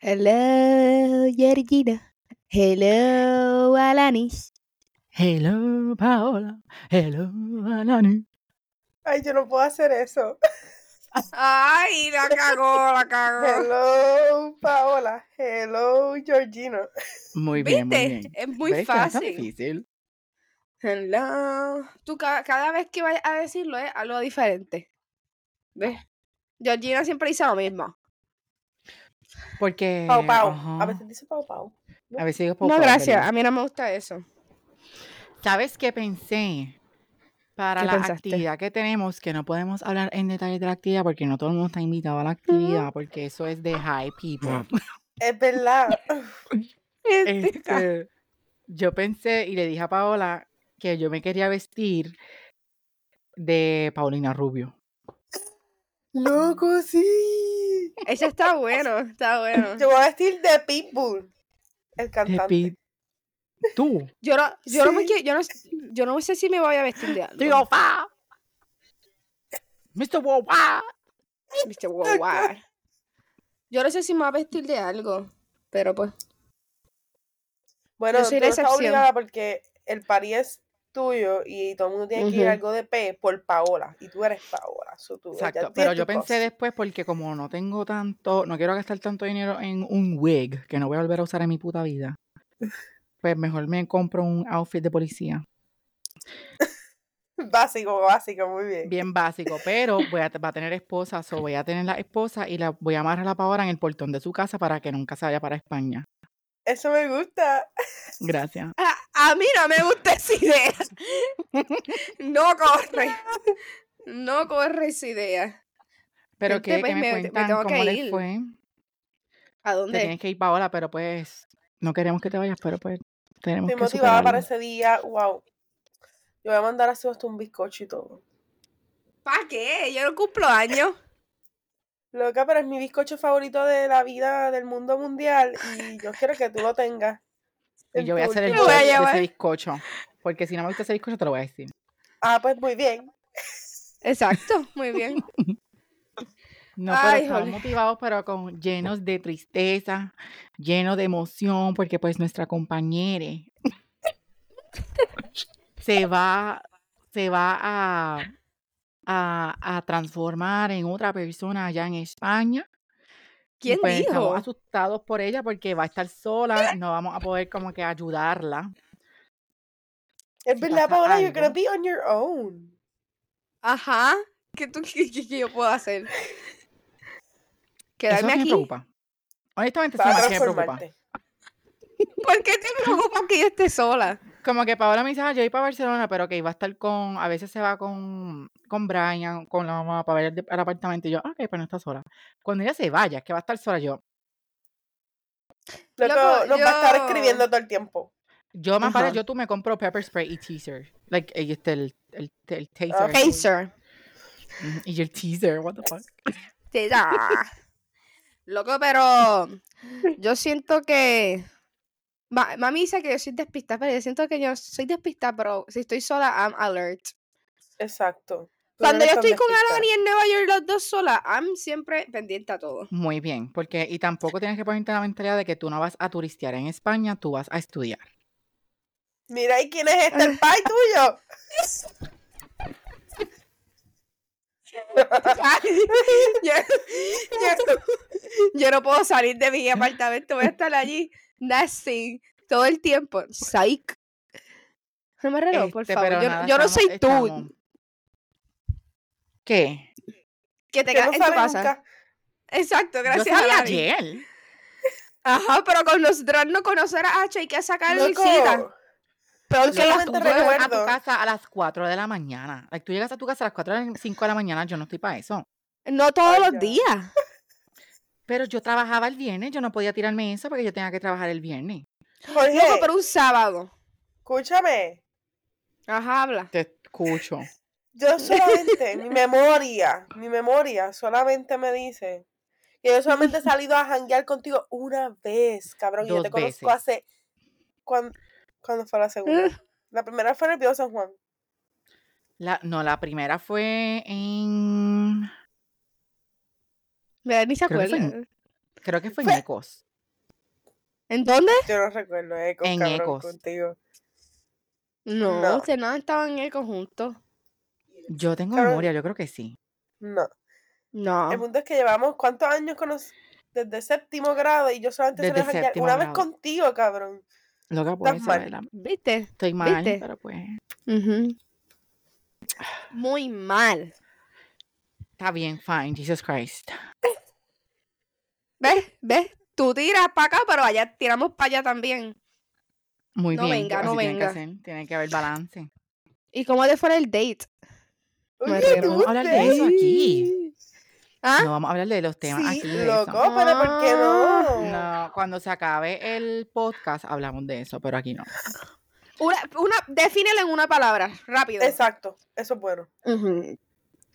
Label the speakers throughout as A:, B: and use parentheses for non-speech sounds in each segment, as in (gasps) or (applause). A: Hello, Georgina. Hello, Alanis.
B: Hello, Paola. Hello, Alani.
C: Ay, yo no puedo hacer eso.
D: Ay, la cagó, la cagó.
C: Hello, Paola. Hello, Georgina.
B: Muy bien, muy
D: ¿Viste?
B: bien.
D: Es muy
B: ¿Ves que no es tan
D: fácil.
B: difícil?
C: Hello.
D: Tú ca- cada vez que vas a decirlo es algo diferente. ¿Ves? Georgina siempre dice lo mismo.
B: Porque.
C: Pau Pau.
B: Eh, ajá,
C: A veces dice Pau Pau.
B: a veces digo Pau
D: No,
B: Pau,
D: gracias.
B: pero-
D: A mí no me gusta eso.
B: ¿Sabes qué pensé? Para
D: ¿Qué
B: la
D: pensaste?
B: actividad que tenemos, que no podemos hablar en detalle de la actividad porque no todo el mundo está invitado a la
D: Mm.
B: actividad, porque eso es de high people.
D: (laughs)
C: Es verdad.
D: Este ca-
B: Este, yo pensé y le dije a Paola que yo me quería vestir de Paulina Rubio.
C: Loco, sí.
D: Ese está bueno, está bueno.
C: Yo
D: (laughs) Yo,
C: voy a vestir de Pitbull. El
B: De
C: cantante.
B: Pit- Tú.
D: no, yo, no me
C: Sí.
D: quiero- yo, no, yo no sé si me voy a vestir de algo.
B: Digo, pa. Mr. Worldwide.
D: Viste, wow, wow. Yo no sé si me voy a vestir de algo, pero pues.
C: Bueno,
D: Yo
C: tú
D: soy la
C: no estás
D: excepción.
C: obligada porque el pari es tuyo y todo el mundo tiene que ir
D: Ujú.
C: algo de P por Paola. Y tú eres Paola. so tú- ya
B: Exacto,
C: tienes
B: pero yo
C: tu
B: pensé
C: cosa.
B: después porque como no tengo tanto, no quiero gastar tanto dinero en un wig que no voy a volver a usar en mi puta vida, pues mejor me compro un outfit de policía,
C: (laughs) Básico, básico, muy bien.
B: bien básico, pero voy a, va a tener esposa, o voy a tener la esposa y la voy a amarrar a la pavora en el portón de su casa para que nunca se vaya para España.
C: Eso me gusta.
B: Gracias.
D: A, a mí no me gusta esa idea. No corre. No corre esa idea.
B: Pero
D: Gente,
B: que,
D: pues,
B: me,
D: me- me
B: cuentan
D: tengo que
B: cómo les
D: ir.
B: fue.
D: ¿A
B: Te
D: dónde?
B: tienes que ir Paola, pero pues no queremos que te vayas, pero pues tenemos
C: Estoy
B: que
C: motivada para
B: superarlo.
C: ese día. Wow. Yo voy a mandar así hasta un bizcocho y todo.
D: ¿Para qué? Yo no cumplo años.
C: Loca, pero es mi bizcocho favorito de la vida del mundo mundial y
B: (laughs)
C: yo quiero que tú lo tengas.
B: Y Pues
C: en
B: yo voy a
C: tu
B: hacer el
D: Lo voy
B: juez
D: a
B: de
D: llevar.
B: ese bizcocho, porque si no me gusta ese bizcocho te lo voy a decir.
C: Ah, pues muy bien.
D: Exacto, muy bien.
B: No,
D: Ay,
B: pero estamos
D: jole.
B: motivados, pero con, llenos de tristeza, llenos de emoción, porque pues nuestra
D: (laughs)
B: compañera se va, se va a, a, a transformar en otra persona allá en España. y,
D: ¿Quién
B: pues,
D: dijo?
B: Estamos asustados por ella porque va a estar sola, no vamos a poder como que ayudarla.
C: Es
B: Si pasa
C: verdad, Paola, you're gonna
B: algo.
C: be on your own.
D: Ajá. ¿Qué tú qué, qué- qué yo puedo hacer?
B: Eso es lo
D: ¿Quedarme
B: que me
D: aquí?
B: preocupa. Honestamente, eso
C: Para
B: es lo que me preocupa.
C: transformarte.
D: ¿Por qué te preocupa que yo esté sola?
B: Como que Paola me dice, ah, yo voy para Barcelona, pero que va a estar con, a veces se va con, con Brian, con la mamá para ver el, de- el apartamento. Y yo, ah, ok, pero no está sola. Cuando ella se vaya, que va a estar sola yo.
C: Loco,
D: Loco,
C: nos va a estar
D: yo-
C: escribiendo todo el tiempo.
B: Yo más para,
D: Ajá.
B: yo tú me compro pepper spray y teaser. Like, y este, el, el, el taser.
C: Ah,
B: azul.
D: Taser.
B: Ujú, Y yo el teaser, what the fuck.
D: Te da. Loco, pero yo siento que. Ma- mami dice que yo soy despistada, pero yo siento que yo soy despistada, pero si estoy sola, I'm alert.
C: Exacto. Tú no
D: Cuando yo
C: eres tan
D: estoy con
C: despistada.
D: Alani en Nueva York, los dos solas, I'm siempre pendiente a todo. (laughs)
B: Muy bien, porque, y tampoco tienes que ponerte la mentalidad de que tú no vas a turistear en España, tú vas a estudiar.
C: Mira, ¿y quién es este? ¿El pai
D: (laughs)
C: tuyo?
D: yo, yo- yo no puedo salir de mi apartamento, voy a estar allí, nasty, todo el tiempo. Psych. No me reloj, por
B: Este,
D: favor.
B: pero
D: Yo, no-
B: nada,
D: yo no soy
B: estamos- estamos-
D: tú.
B: ¿Qué?
D: Que
C: Que
D: te quedas
C: no
D: en tu
C: sale
D: casa.
C: nunca.
D: Exacto, gracias
B: yo
D: a
B: salí
D: Lani.
B: ayer.
D: Ajá, pero con nosotros no conocer a H hay que sacar cita.
C: Loco. yo
D: Peor que las
C: solamente
B: Tú
D: tuyas.
C: recuerdo-
B: llegas a tu
C: acuerdo.
B: casa a las 4 de la mañana. Like, tú llegas a tu casa a las 4 de la 5 de la mañana, yo no estoy para eso.
D: No todos
C: Ay,
D: los
C: ya.
D: días.
B: Pero yo trabajaba el viernes, yo no podía tirarme eso porque yo
C: Eh.
B: tenía que trabajar el viernes.
C: Jorge,
D: Loco, pero un sábado.
C: escúchame.
D: Ajá, habla.
B: Te escucho. (laughs)
C: Yo solamente, mi memoria, mi memoria solamente me dice que yo solamente he salido a janguear contigo una vez, cabrón. y yo
B: Dos
C: te conozco
B: veces.
C: hace. ¿Cuándo, ¿Cuándo fue la
B: (laughs)
C: segunda? La primera fue en el Viejo San Juan.
B: La, no, la primera fue en.
D: Mira, ni se
B: Creo que
D: acuerda.
B: fue en- Creo que fue en
D: Fue-
B: Ecos.
D: ¿En dónde?
C: Yo no recuerdo, Ecos,
B: En
C: cabrón,
B: Ecos.
C: contigo.
D: No,
C: No.
D: ustedes no estaban en el conjunto.
B: Yo tengo
C: Cabrón.
B: memoria, yo creo que sí.
C: No.
D: No.
C: El punto es que llevamos cuántos años cono- desde séptimo grado y yo solamente salí
B: Desde
C: a janguear
B: séptimo
C: una vez
B: grado.
C: contigo, cabrón.
B: Loca, pues,
C: Estás
B: se ve
C: mal.
B: la-
D: ¿Viste?
B: estoy mal,
D: ¿Viste?
B: pero pues.
D: Ujú. Muy mal.
B: Está bien, fine, Jesus Christ.
D: ¿Ves? ¿Ves? Tú tiras para acá, pero allá tiramos para allá también.
B: Muy
D: No
B: bien.
D: venga,
B: pues,
D: no
B: así tiene que
D: venga.
B: hacer, tiene que haber balance.
D: ¿Y cómo te fuera el date? Me
C: Oye,
D: recuerdo.
C: tú
B: Hablar de
C: te-
B: eso aquí.
D: ¿Ah?
B: No vamos a hablar de los temas
C: Sí,
B: aquí. de eso.
C: loco, pero ¿por qué no?
B: No, cuando se acabe el podcast hablamos de eso, pero aquí no.
D: Una, una, defínelo en una palabra, rápido.
C: Exacto, eso es bueno.
D: Ujú.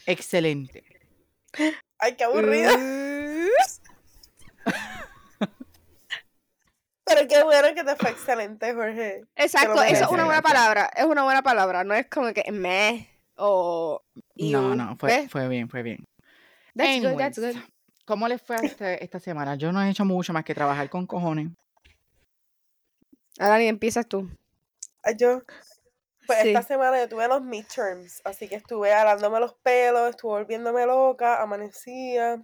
B: Excelente.
C: Ay, qué aburrido.
D: Mm.
C: Pero qué bueno que te fue excelente, Jorge.
D: Exacto,
C: Pero
D: eso
B: gracias,
D: es una buena
B: gracias.
D: palabra. Es una buena palabra. No es como que meh o.
B: No,
D: iu.
B: no, fue,
D: ¿Ves?
B: fue bien, fue bien.
D: pues That's good, that's
B: Anyways,
D: good.
B: ¿Cómo les fue a usted esta semana? Yo no he hecho mucho más que trabajar con cojones.
D: Ahora ni empiezas tú.
C: Ay, Ah, yo. Pues
D: Sí.
C: esta semana yo tuve los midterms, así que estuve alándome los pelos, estuve volviéndome loca, amanecía.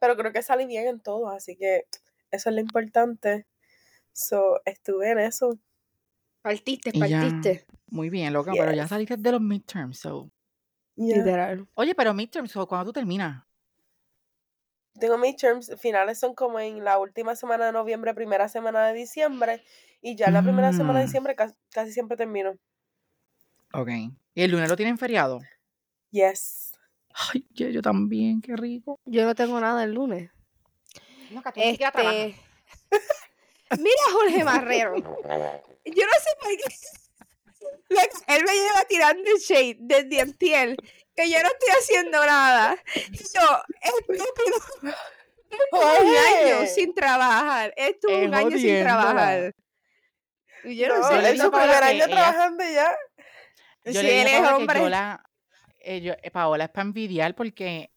C: Pero creo que salí bien en todo, así que eso es lo importante. So, estuve en eso.
D: Partiste,
B: Y ya.
D: partiste.
B: Muy bien, loca, pero ya
C: Yes.
B: saliste de los midterms. So.
C: Ya.
D: Literal.
B: Oye, pero midterms, so, ¿cuándo tú terminas?
C: Tengo midterms, finales son como en la última semana de noviembre, primera semana de diciembre, y ya en la primera semana de
B: Mm.
C: diciembre ca- casi siempre termino.
B: Ok. ¿Y el lunes lo tienen feriado?
C: Yes.
B: Ay, yo, yo también, qué rico.
D: Yo no tengo nada el lunes.
B: No, que tú ni siquiera trabajas.
D: Este. (laughs) Mira a Jorge Marrero. Yo no sé por qué. (laughs) Like, él me lleva tirando el shade desde antier, que yo no estoy haciendo nada. Y yo, estúpido. Estuve un año
C: Jorge.
D: sin trabajar. Estuve
B: Es
D: un año sin
B: jodiéndola.
D: trabajar. Y yo no,
C: No,
D: sé.
B: yo le
C: es
D: él
B: dije
C: su
D: hizo para
C: primer
B: que
C: año
B: ella-
C: trabajando y ya.
B: Yo
D: si
B: le dije
D: eres
B: a Paola que
D: hombre.
B: yo la- eh, yo- eh, Paola es para envidiar porque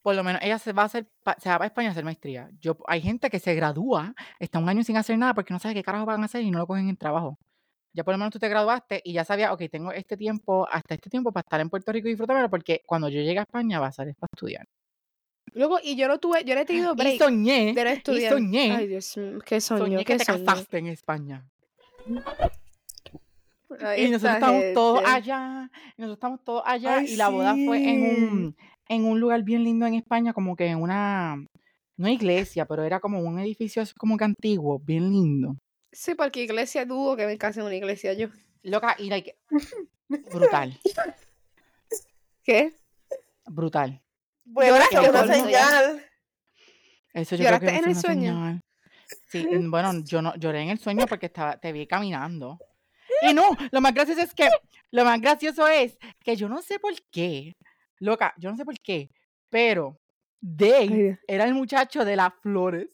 B: por lo menos ella se va a hacer, pa- se va para España a hacer maestría. Yo, hay gente que se gradúa, está un año sin hacer nada porque no sabe qué carajo van a hacer y no lo cogen en el trabajo. Ya por lo menos tú te graduaste y ya sabías, ok, tengo este tiempo, hasta este tiempo para estar en Puerto Rico y disfrutármelo porque cuando yo llegue a España va a salir para estudiar.
D: Luego, y yo no tuve, yo no he tenido
B: Y
D: break
B: soñé,
D: de no
B: y
D: estudiar.
B: soñé,
D: Ay, Dios mío, qué soñó,
B: soñé que
D: qué
B: te
D: soñó.
B: casaste en España.
D: Ay,
B: Y nosotros
D: esta
B: estamos todos
D: gente.
B: allá, y nosotros estamos todos allá,
C: Ay,
B: y la boda fue en
C: sí.
B: un, en un lugar bien lindo en España, como que en una, no iglesia, pero era como un edificio así como que antiguo, bien lindo.
D: Sí, porque iglesia dudo que me case en una iglesia yo.
B: Loca, y like, brutal,
D: ¿Qué?
B: brutal.
C: Bueno,
D: Lloraste
C: eso es
B: por
C: una
B: lo menos.
C: señal.
B: Eso yo creo que
D: ¿Lloraste en
B: fue
D: el
B: una
D: sueño?
B: señal.
D: (laughs)
B: Sí, en- bueno, yo no, lloré en el sueño porque estaba, te vi caminando. Y no, lo más gracioso es que, lo más gracioso es que yo no sé por qué, loca, yo no sé por qué, pero Dave era el muchacho de las flores.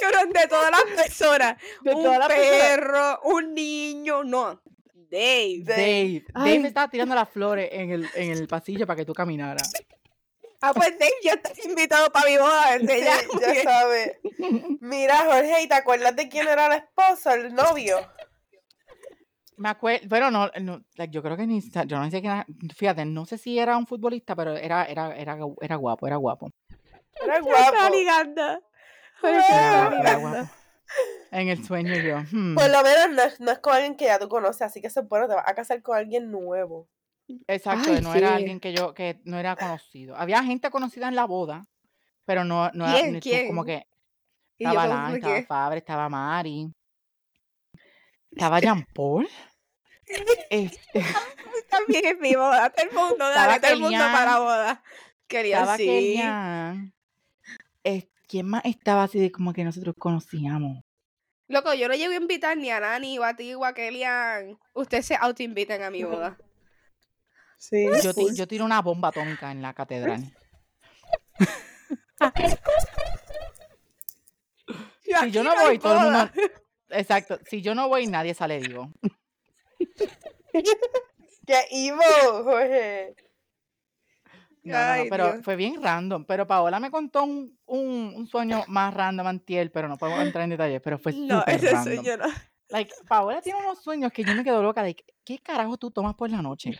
D: Lloran de todas las personas.
B: De
D: un
B: todas las personas.
D: perro, un niño, no. Dave.
B: Dave.
D: Ay.
B: Dave me estaba tirando las flores en el, en el pasillo para que tú caminaras.
D: Ah, pues Dave ya está invitado para mi boda desde
C: Sí,
D: ya. (laughs)
C: ya sabes. Mira, Jorge, ¿y te acuerdas de quién era la esposa, el novio?
B: Me acuerdo, bueno, no, no, like, yo creo que ni, sa- yo no sé qué era- fíjate, no sé si era un futbolista, pero era, era, era, gu- era guapo, era guapo.
C: Era
D: Estaba
C: guapo.
D: ligando. Jorge
B: Era
D: estaba
B: guapo, era
D: ligando.
B: guapo. En el sueño yo. hmm,
D: Pues,
C: Por lo menos no es, no es con alguien que ya tú conoces, así que eso es bueno, te vas a casar con alguien nuevo.
B: exacto,
D: Ay,
B: no era
D: sí.
B: alguien que yo, que no era conocido. Había gente conocida en la boda, pero no, no
D: ¿Quién?
B: era tú- como
D: ¿Quién?
B: que
D: Y yo
B: estaba
D: como
B: Lan,
D: que-
B: estaba Fabre, estaba Mari, estaba Jean
D: (laughs)
B: Paul. Este,
D: También es mi boda. Todo el mundo, dale,
B: Estaba
D: todo el mundo
B: Kellyanne.
D: para la boda. Quería
B: estaba
D: sí.
B: Kellyanne, es- ¿Quién más estaba así de como que nosotros conocíamos?
D: Loco, yo no llego a invitar ni a Nani, o a ti, o a Kellyanne. Ustedes se autoinvitan a mi boda.
B: (laughs)
C: Sí.
B: Yo, ti-
C: full.
B: yo tiro una bomba atómica en la
D: (laughs)
B: catedral. Si yo no voy, todo el mundo. Exacto. Si yo no voy, nadie sale vivo.
C: ¡Qué evil, Jorge!
B: No, no, no,
D: Ay,
B: pero
D: Dios.
B: fue bien random. Pero Paola me contó un, un- un sueño más random antier, pero no podemos entrar en detalles. Pero fue
D: No,
B: súper
D: ese
B: random.
D: sueño no.
B: Like, Paola tiene unos sueños que yo me quedo loca. Like, ¿Qué carajo tú tomas por la
D: (laughs)
B: noche?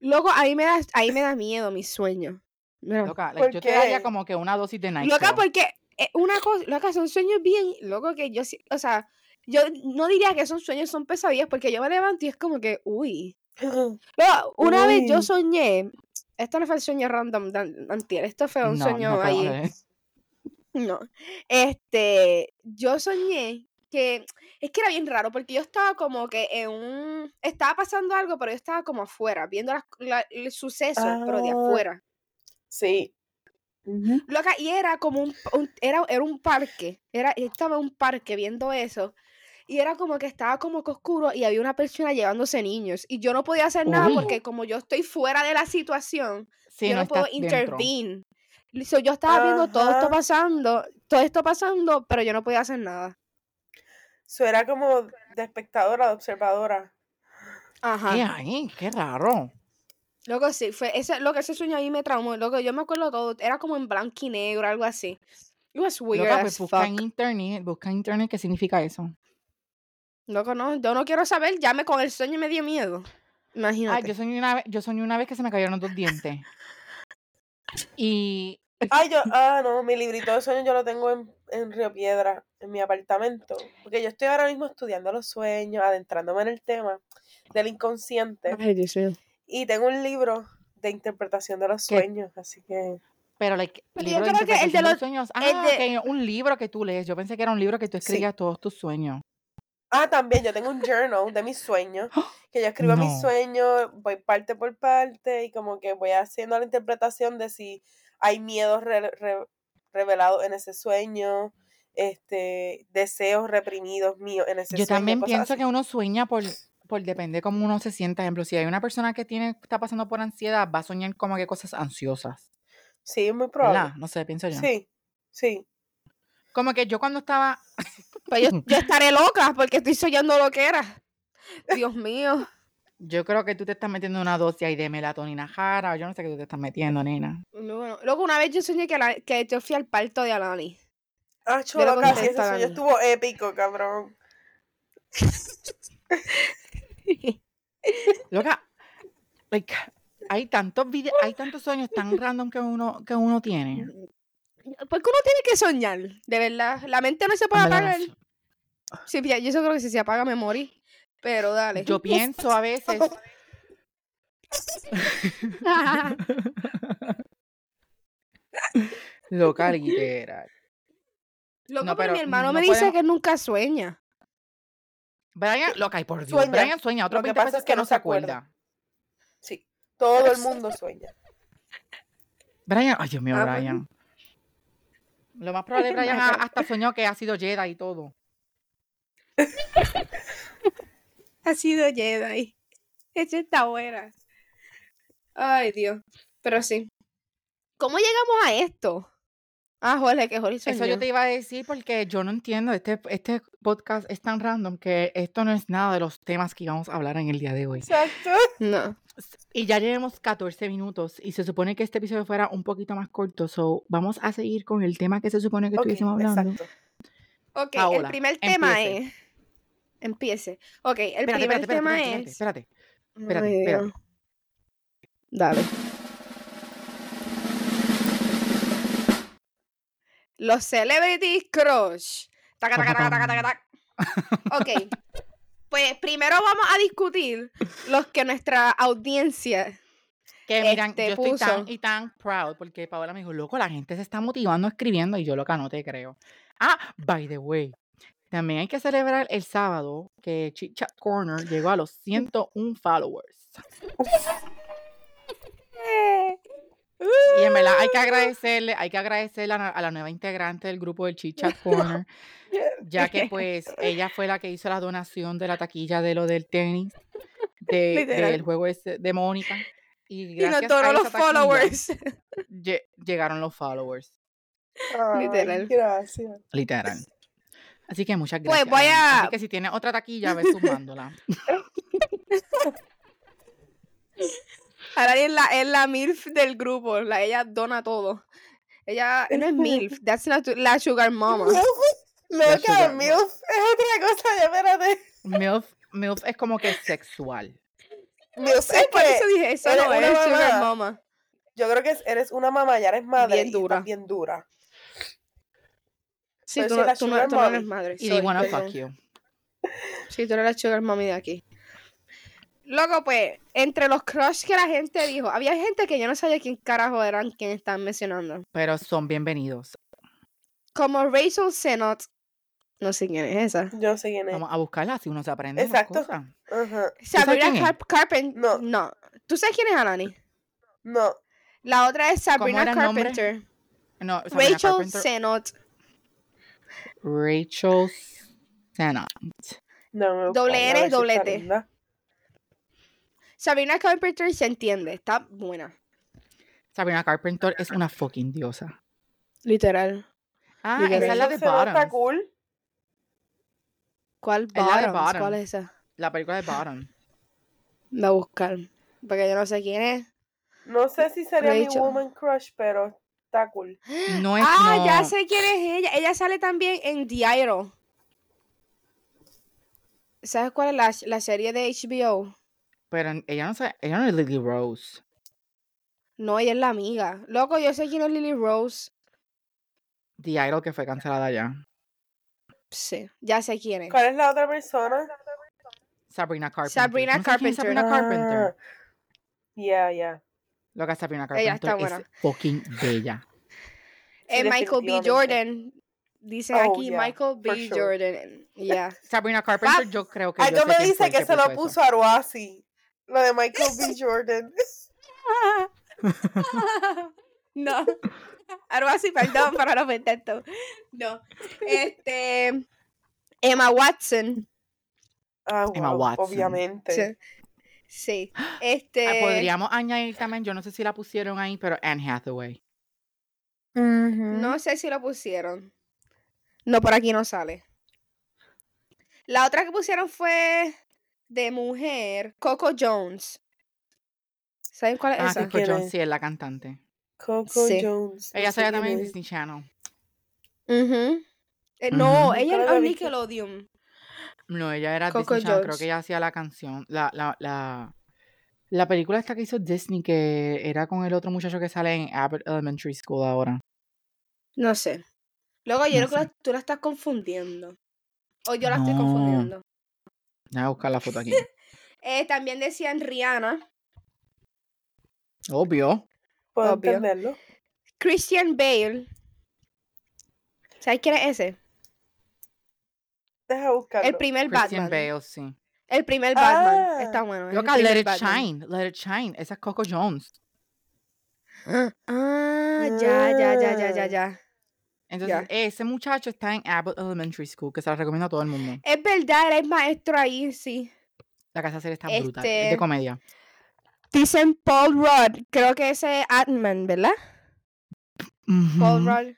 D: Loco, ahí me da, ahí me da miedo mis sueños. Mira.
B: Loca, like,
C: ¿Por
B: yo te daría
C: qué?
B: como que una dosis de Nike.
D: Loca, porque eh, una cosa, loca, son sueños bien, loco, que yo, sí- o sea, yo no diría que son sueños, son pesadillas, porque yo me levanto y es como que, uy. Loco, una vez yo
C: Uy.
D: soñé, esto no fue el sueño random de an- antier, esto fue un sueño ahí. (laughs) No. Este, yo soñé que es que era bien raro porque yo estaba como que en un estaba pasando algo, pero yo estaba como afuera, viendo las- la- el suceso, pero de
C: Ah.
D: afuera.
C: Sí.
D: Loca, y era como un, un- era, era un parque, era yo estaba en un parque viendo eso. Y era como que estaba como que oscuro y había una persona llevándose niños. Y yo no podía hacer nada
B: Uy.
D: porque como yo estoy fuera de la situación,
B: (laughs) Sí,
D: yo
B: no,
D: no, puedo
B: estás dentro.
D: intervenir. So, yo estaba viendo todo esto
C: Ajá.
D: pasando, todo esto pasando, pero yo no podía hacer nada.
C: Eso era como de espectadora, de observadora.
B: ¿Qué
D: Ajá.
B: hay? Qué raro.
D: Loco, sí, fue ese, loco, ese sueño ahí me traumó. Loco, yo me acuerdo todo, era como en blanco y negro, algo así. It was weird
B: Loca, pues
D: as
B: busca en
D: fuck.
B: internet, busca en internet qué significa eso.
D: Loco, no, yo no quiero saber, ya me con el sueño me dio miedo.
B: Ah,
D: Imagínate.
B: yo soñé una vez, yo soñé una vez que se me cayeron dos dientes. Y
C: Ay, yo, ah, no, mi librito de sueños yo lo tengo en, en Río Piedra, en mi apartamento. Porque yo estoy ahora mismo estudiando los sueños, adentrándome en el tema del inconsciente.
D: Ay, Dios mío.
C: Y tengo un libro de interpretación de los
B: ¿Qué?
C: sueños, así que.
B: Pero, like,
D: Pero yo
B: libro de
D: creo que el de
B: interpretación de
D: los-
B: sueños.
D: el
B: Ah,
D: de-
B: ok, un libro que tú lees. Yo pensé que era un libro que tú
C: Sí.
B: escribías todos tus sueños.
C: Ah, también, yo tengo un journal de
B: (gasps)
C: mis sueños, que yo escribo mis
B: No.
C: sueños, voy parte por parte y como que voy haciendo la interpretación de si hay miedos re- re- revelados en ese sueño, este, deseos reprimidos míos en ese
B: Yo
C: sueño.
B: también
C: cosas
B: pienso
C: así.
B: que uno sueña
D: (sniffs)
B: por, por depende cómo uno se sienta. Ejemplo, si hay una persona que tiene, está pasando por ansiedad, va a soñar como que cosas ansiosas.
C: Sí, es muy
B: ¿Verdad?
C: probable.
B: No sé, pienso yo.
C: Sí, sí.
B: Como que yo cuando estaba.
D: Pues yo, yo estaré loca porque estoy soñando lo que era. Dios mío.
B: Yo creo que tú te estás metiendo una dosis ahí de melatonina jara. o Yo no sé qué tú te estás metiendo, nena.
D: No, no. Loco, una vez yo soñé que, la- que yo fui al parto de Alani.
C: Ah,
D: Yo lo
C: chulo, casi ese
D: contesto,
C: sueño
D: Dani.
C: estuvo épico, cabrón.
B: Loca, like, hay tantos vide- hay tantos sueños tan random que uno, que uno tiene.
D: Porque uno tiene que soñar, de verdad. La mente no se puede
B: En verdad, no
D: apagar.
B: sé.
D: Sí, ya- yo creo que si se apaga me morí. Pero dale.
B: Yo pienso a
D: (laughs)
B: veces. (laughs) Loca literal.
D: Loco,
B: No, pero
D: pero, mi hermano
B: no
D: me dice
B: podemos-
D: que nunca sueña.
B: Brian, loca, y por Dios.
C: Sueña.
B: Brian sueña otras
C: Lo que
B: 20
C: pasa
B: veces
C: es que
B: que
C: no
B: no
C: se
B: se
C: acuerda.
B: acuerda.
C: Sí, todo el mundo sueña.
B: Brian, ay Dios mío,
D: Ah, bueno.
B: Brian. Lo
C: (laughs)
B: más probable, Brian ha- hasta soñó que ha sido Jedi y todo.
D: Ha sido Jedi. Esa está buena. Ay, Dios. Pero sí. ¿Cómo llegamos a esto? Ah, Jorge, que Jorge soñó.
B: Eso yo te iba a decir porque yo no entiendo. Este, este podcast es tan random que esto no es nada de los temas que íbamos a hablar en el día de hoy.
C: Exacto.
D: No.
B: Y ya llevamos 14 minutos y se supone que este episodio fuera un poquito más corto. So, vamos a seguir con el tema que se supone que
C: Ok,
B: estuviésemos hablando.
C: exacto.
D: Ok, el
B: Paola,
D: primer tema
B: empiece.
D: es... Empiece. Ok, el
B: Espérate,
D: primer
B: espérate, espérate,
D: tema
B: espérate,
D: es...
B: espérate, espérate.
D: Ay,
B: Espérate,
D: Dios.
B: espérate.
D: Dale. Los celebrity crush. Taca, taca, taca, taca, taca, taca. (laughs) Ok. Pues primero vamos a discutir los que nuestra audiencia.
B: Que miran,
D: Este,
B: yo estoy tan
D: puso.
B: y tan proud porque Paola me dijo, loco, la gente se está motivando escribiendo y yo loca no te creo. Ah, by the way, también hay que celebrar el sábado que Chit Chat Corner llegó a los 101 followers. Y en verdad hay que agradecerle, hay que agradecerle a, la- a la nueva integrante del grupo del Chicha
D: (laughs)
B: Corner, ya que pues ella fue la que hizo la donación de la taquilla de lo del tenis, de-
D: Literal.
B: del juego ese de Mónica. Y
D: Y nos
B: gracias a
D: donó los
B: esa taquilla
D: followers. (laughs)
B: lle- llegaron los followers,
C: Ay,
D: Literal.
C: Gracias.
B: literal. Así que muchas
D: Pues
B: gracias.
D: voy
B: Ana. Así
D: a-
B: que si tienes otra taquilla, ve sumándola.
D: Alani es la, es la MILF del grupo. La, ella dona todo. Ella no es MILF, that's not la Sugar Mama.
B: La
C: (laughs) Loca,
B: sugar
C: MILF es otra cosa, ya espérate.
B: MILF, MILF es como que sexual.
C: (laughs) MILF es
D: Es por eso
C: que
D: dije, eso
C: eres
D: no
C: una
D: es Sugar
C: mamá.
D: Mama.
C: yo creo que es- eres una mamá, ya eres madre.
D: Bien
C: y estás
D: dura.
C: Bien dura.
D: Sí,
C: Pero
D: tú
C: si
D: no,
C: la
D: tú no-
C: sugar
D: tú no eres
C: mommy.
D: madre.
B: Y
D: sorry,
B: they wanna
D: perdón.
B: fuck you.
D: Sí, tú eres la sugar mommy de aquí. Loco, pues, entre los crush que la gente dijo, había gente que yo no sabía quién carajo eran quien estaban mencionando.
B: Pero son bienvenidos.
D: Como Rachel Zenot. No sé quién es esa.
C: Yo sé quién es.
B: Vamos a buscarla si uno se aprende. las
C: Exacto.
B: cosas.
C: Ajá.
B: sabes
D: Sabrina
B: quién es?
D: Carpenter. No.
C: No.
D: ¿Tú sabes quién es Alani?
C: No,
D: La otra es Sabrina
B: era el nombre?
D: Carpenter.
B: No, Sabrina
D: Rachel
B: Carpenter-
D: Zenot.
B: Rachel Sena.
C: no me
D: Doble
C: buscarla,
D: R,
C: a ver si
D: doble
C: está
D: T.
C: linda.
D: Sabrina Carpenter se entiende. Está buena.
B: Sabrina Carpenter es una fucking diosa.
D: Literal.
B: Ah,
D: Literal.
B: esa es la
C: Rachel
B: de
C: Zegler Está
B: Bottom.
C: cool.
D: ¿Cuál
B: Es la de
D: Bottoms?
B: Bottoms.
D: ¿Cuál es esa?
B: La película de Bottom.
D: La buscar. Porque yo no sé quién es.
C: No sé si sería
D: Rachel.
C: mi woman crush, pero está cool.
B: No es
D: ah, ya
B: no.
D: sé quién es ella. Ella sale también en The Idol. ¿Sabes cuál es la, la serie de HBO?
B: Pero en- ella no, sabe, ella no es Lily Rose.
D: No, ella es la amiga. Loco, yo sé quién es Lily Rose.
B: The Idol que fue cancelada ya.
D: Sí, ya sé quién es.
C: ¿Cuál es la otra persona?
B: Sabrina Carpenter.
D: Sabrina
B: ¿Tú no sabes quién es Sabrina Carpenter.
C: Ah, Yeah, yeah.
B: Lo que Sabrina
D: Ella
B: Carpenter
D: está buena.
B: es fucking bella.
D: Eh, Michael B.
C: definitivamente.
D: Jordan. Dicen
C: Oh,
D: aquí
C: yeah,
D: Michael B.
C: for sure.
D: Jordan. Yeah.
B: Sabrina Carpenter, yo creo que. yo
C: Algo
B: sé
C: me
B: quién fue
C: dice
B: el
C: que se lo puso
B: eso.
C: a Aruasi. Lo de Michael B. Jordan.
D: (laughs) no. (laughs) Algo así, perdón, para los intentos. No. Este. Emma Watson.
C: Ah,
B: Emma
C: wow,
B: Watson.
C: Obviamente.
D: Sí. Sí.
B: Ah,
D: Este.
B: Podríamos añadir también, yo no sé si la pusieron ahí, pero Anne Hathaway. Mm.
D: No sé si lo pusieron. No, por aquí no sale. La otra que pusieron fue de mujer, Coco Jones. ¿Saben cuál es
B: Ah,
D: esa?
B: Coco
C: ¿Quién
B: Jones,
C: es?
B: sí, es la cantante.
C: Coco
D: Sí.
C: Jones.
B: Ella
C: se
B: salía también en Disney Channel.
D: Ujú. Eh, no,
B: Ujú.
C: Nunca
D: ella
C: la
D: era
C: vi.
D: Nickelodeon.
B: No, ella era
D: Coco
B: Disney Channel, creo
D: Jones.
B: que ella hacía la canción, la, la, la, la película esta que hizo Disney, que era con el otro muchacho que sale en Abbott Elementary School ahora.
D: No sé. Luego yo
B: No
D: creo que
B: sé.
D: la- tú la estás confundiendo. O yo la estoy
B: No.
D: confundiendo.
B: Voy a buscar la foto aquí.
D: Eh, también decían Rihanna,
B: Obvio.
C: Puedo
D: Obvio.
C: entenderlo.
D: Christian Bale. ¿Sabes quién es ese?
C: Deja buscarlo.
D: El primer
B: Christian
D: Batman.
B: Bale, sí.
D: El primer Batman.
C: Ah.
D: Está bueno. es el
B: Loca,
D: primer
B: Let It
D: Batman.
B: Shine, Let It Shine. Esa es Coco Jones.
D: Ah, ya, ya, ya, ya, ya,
C: Ah.
D: ya.
B: Entonces, ese muchacho está en Abbott Elementary School, que se la recomiendo a todo el mundo.
D: Es verdad, eres maestro ahí, sí.
B: La casa serie está brutal, es de
D: Este-
B: comedia.
D: Dicen Paul Rudd, creo que ese es Atman, ¿verdad? Paul
B: Ujú.
D: Rudd.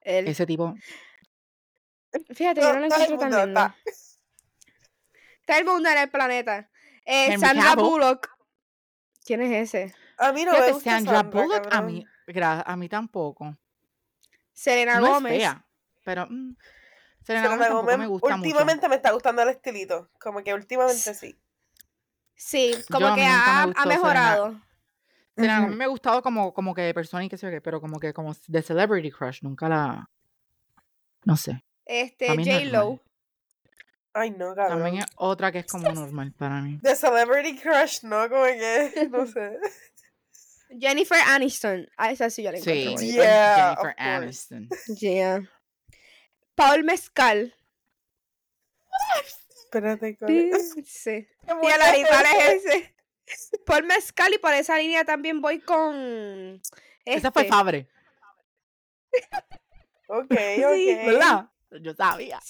D: Él.
B: Ese tipo,
D: Fíjate, yo no
C: No,
D: lo
C: todo el
D: encuentro tan
C: mundo
D: lindo.
C: está.
D: Está el mundo en el planeta. Eh,
B: Henry
D: Sandra
B: Cavill.
D: Bullock. ¿Quién es ese?
C: A mí no me
B: Fíjate,
C: gusta
B: Sandra
C: Sandra,
B: Bullock a
C: cabrón.
B: mí, gra- a mí tampoco.
D: Selena
B: No
D: Gómez.
B: es fea, pero mm, Selena,
C: Selena
B: Gomez tampoco
C: Gomez
B: me gusta
C: últimamente me está gustando el estilito. Como que últimamente sí.
D: Sí, como
B: a
D: que
B: mí nunca me
D: ha, ha
B: gustó Selena.
D: mejorado.
B: mucho. Selena
C: Ujú.
B: Gomez me ha gustado como, como que de persona y qué sé yo qué, pero como que como de celebrity crush, nunca la... No sé,
D: Este,
B: Para mí
D: J Lo.
B: normal.
C: Ay, no,
B: también
C: cabrón.
B: es otra que es como normal para mí.
C: De Celebrity Crush, ¿no? Como
D: (laughs)
C: que, no sé.
D: Jennifer Aniston. Ah, esa sí yo la encuentro.
B: Sí, Jen-
D: bonita.
C: Yeah, of
B: Jennifer
C: course.
B: Aniston.
D: Yeah. Paul Mezcal.
C: Espérate, ¿cuál es?
D: Sí.
C: Qué
D: (laughs) Y el animal
C: muchacho
D: (laughs) es ese. Por mezcal y por esa línea también voy con.
B: Esa fue
D: este.
B: Fabre,
C: Ok, ok.
B: ¿verdad? Yo sabía.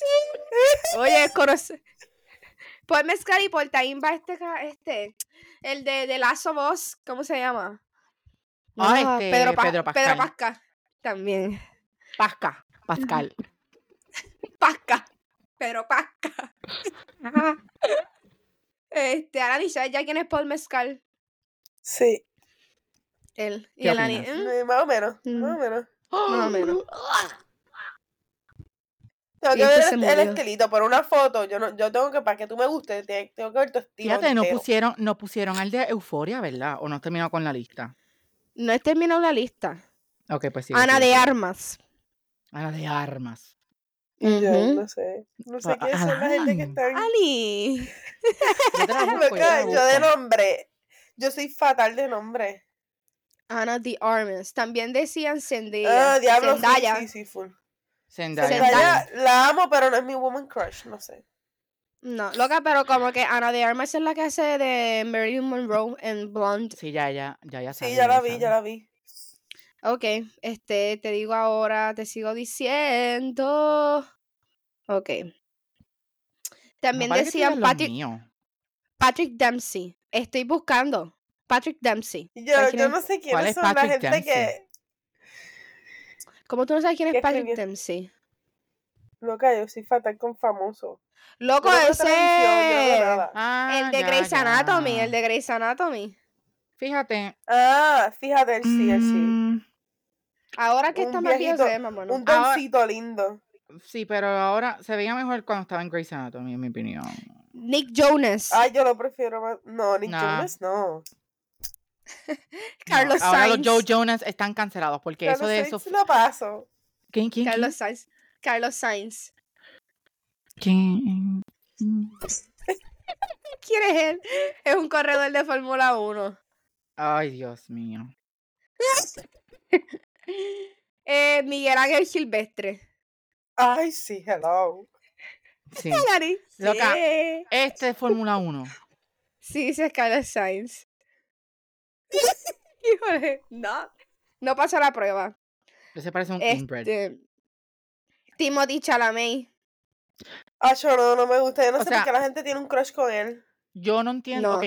D: Oye, conoce. (laughs) Por mezcal y por taimba este, ca- este, el de, de Lazo Voz, ¿cómo se llama?
B: Ah,
D: No,
B: este,
D: Pedro, Pa-
B: Pedro Pascal.
D: Pedro Pascal. También. (laughs)
B: Pasca, Pascal.
D: Pasca. Pedro Pasca. (laughs) este, Alani, ¿sabes ya quién es Paul Mezcal?
C: Sí,
D: Él. Y
B: ¿Qué
D: Alani.
B: opinas?
D: "Mm,
C: eh, más o menos, más o
D: Mm.
C: menos.
D: o menos.
C: Tengo
D: Y
C: que
D: es que
C: ver
D: se
C: el, el
D: murió.
C: estilito por una foto. Yo no, yo tengo que, para que tú me guste, te- tengo que ver tu estilo
B: Fíjate, no
C: entero.
B: pusieron, no pusieron al de Euforia, ¿verdad? O no terminó con la lista.
D: No he terminado la lista.
B: Ok, pues sí.
D: Ana de Armas.
B: Ana de Armas.
C: Yo
D: Ujú.
C: no sé. No sé
B: Ah,
C: quiénes son la gente que
B: Alan.
C: están. (laughs)
D: Ali.
B: Yo te la busco, yo te
C: Loca,
B: la
C: yo de
B: busco.
C: nombre. Yo soy fatal de nombre.
D: Ana de Armas. También decían Zendaya.
C: Ah, diablo. sí,
D: Zendaya.
C: Sí, sí, full.
B: Zendaya.
C: Zendaya, la amo, pero no es mi woman crush, no sé.
D: No, loca, pero como que Ana de Armas es la que hace de Marilyn Monroe en Blonde.
B: Sí, ya, ya, ya, ya
C: Sí, ya la vi, ya
B: vi.
C: la vi.
D: Ok, este, te digo ahora, te sigo diciendo. Ok.
B: parece que
D: También
B: tú
D: decían
B: leas los
D: Patrick,
B: míos.
D: Patrick Dempsey. Estoy buscando. Patrick Dempsey.
C: Yo,
D: ¿Sabes quién
C: yo
D: es?
C: no
B: ¿Cuál
C: sé quiénes
B: es
C: son la
B: Patrick
C: gente que.
B: Dempsey?
D: ¿Cómo tú no sabes quién
C: ¿Qué
D: es Patrick
C: escribió?
D: Dempsey?
C: Loca, yo soy fatal con famoso.
D: Loco,
C: Yo no veo televisión, yo no veo
D: ese.
C: nada.
B: Ah,
D: El de
B: ya,
D: Grey's Anatomy,
B: ya.
D: el de Grey's Anatomy.
B: Fíjate.
C: Ah, fíjate, él sí, él sí.
B: mm,
D: Ahora que
C: Un
D: está más viejo,
C: viejito,
D: se ve más bueno.
C: Un
B: Ahora-
C: doncito lindo.
B: Sí, pero ahora se veía mejor cuando estaba en Grey's Anatomy, en mi opinión.
D: Nick Jonas.
C: Ay, yo lo prefiero más. No, Nick
B: Nah.
C: Jonas no.
D: Carlos
B: ahora
D: Sainz.
B: los Joe Jonas están cancelados porque
C: Carlos
B: eso de
C: Sainz
B: eso.
C: lo paso.
B: ¿Quién, quién,
D: Carlos Sainz. Carlos Sainz. (laughs)
B: quién? ¿Quién?
D: ¿Quién es él? Es un corredor de Fórmula 1.
B: Ay, Dios mío.
D: Eh, Miguel Ángel Silvestre.
C: Ay, sí, hello.
B: Sí.
D: Clarín.
B: Loca.
D: Sí.
B: Este es Fórmula 1.
D: Sí, dice
C: (laughs)
D: Carlos Sainz. Híjole, no. No pasó la prueba.
B: Ese parece un inbred.
D: Este, Timothy Chalamet.
C: Ah, yo no, no me gusta. Yo no
B: O
C: sé
B: sea-
C: por qué la gente tiene un crush con él.
B: Yo no entiendo.
D: No.
B: ok,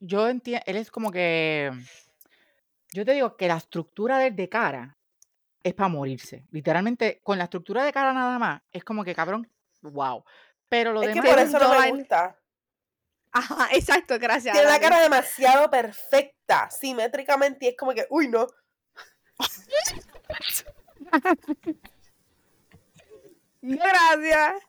B: yo entiendo. Él es como que. Yo te digo que la estructura de, de cara es para morirse. Literalmente, con la estructura de cara nada más, es como que cabrón, wow. Pero lo
C: Es que
B: demás.
C: por
D: es
C: eso no me
D: Joan.
C: gusta.
D: Ajá, (laughs) exacto, gracias.
C: Tiene la
D: Dani.
C: cara demasiado perfecta, simétricamente, y es como que, uy, no.
D: No, gracias.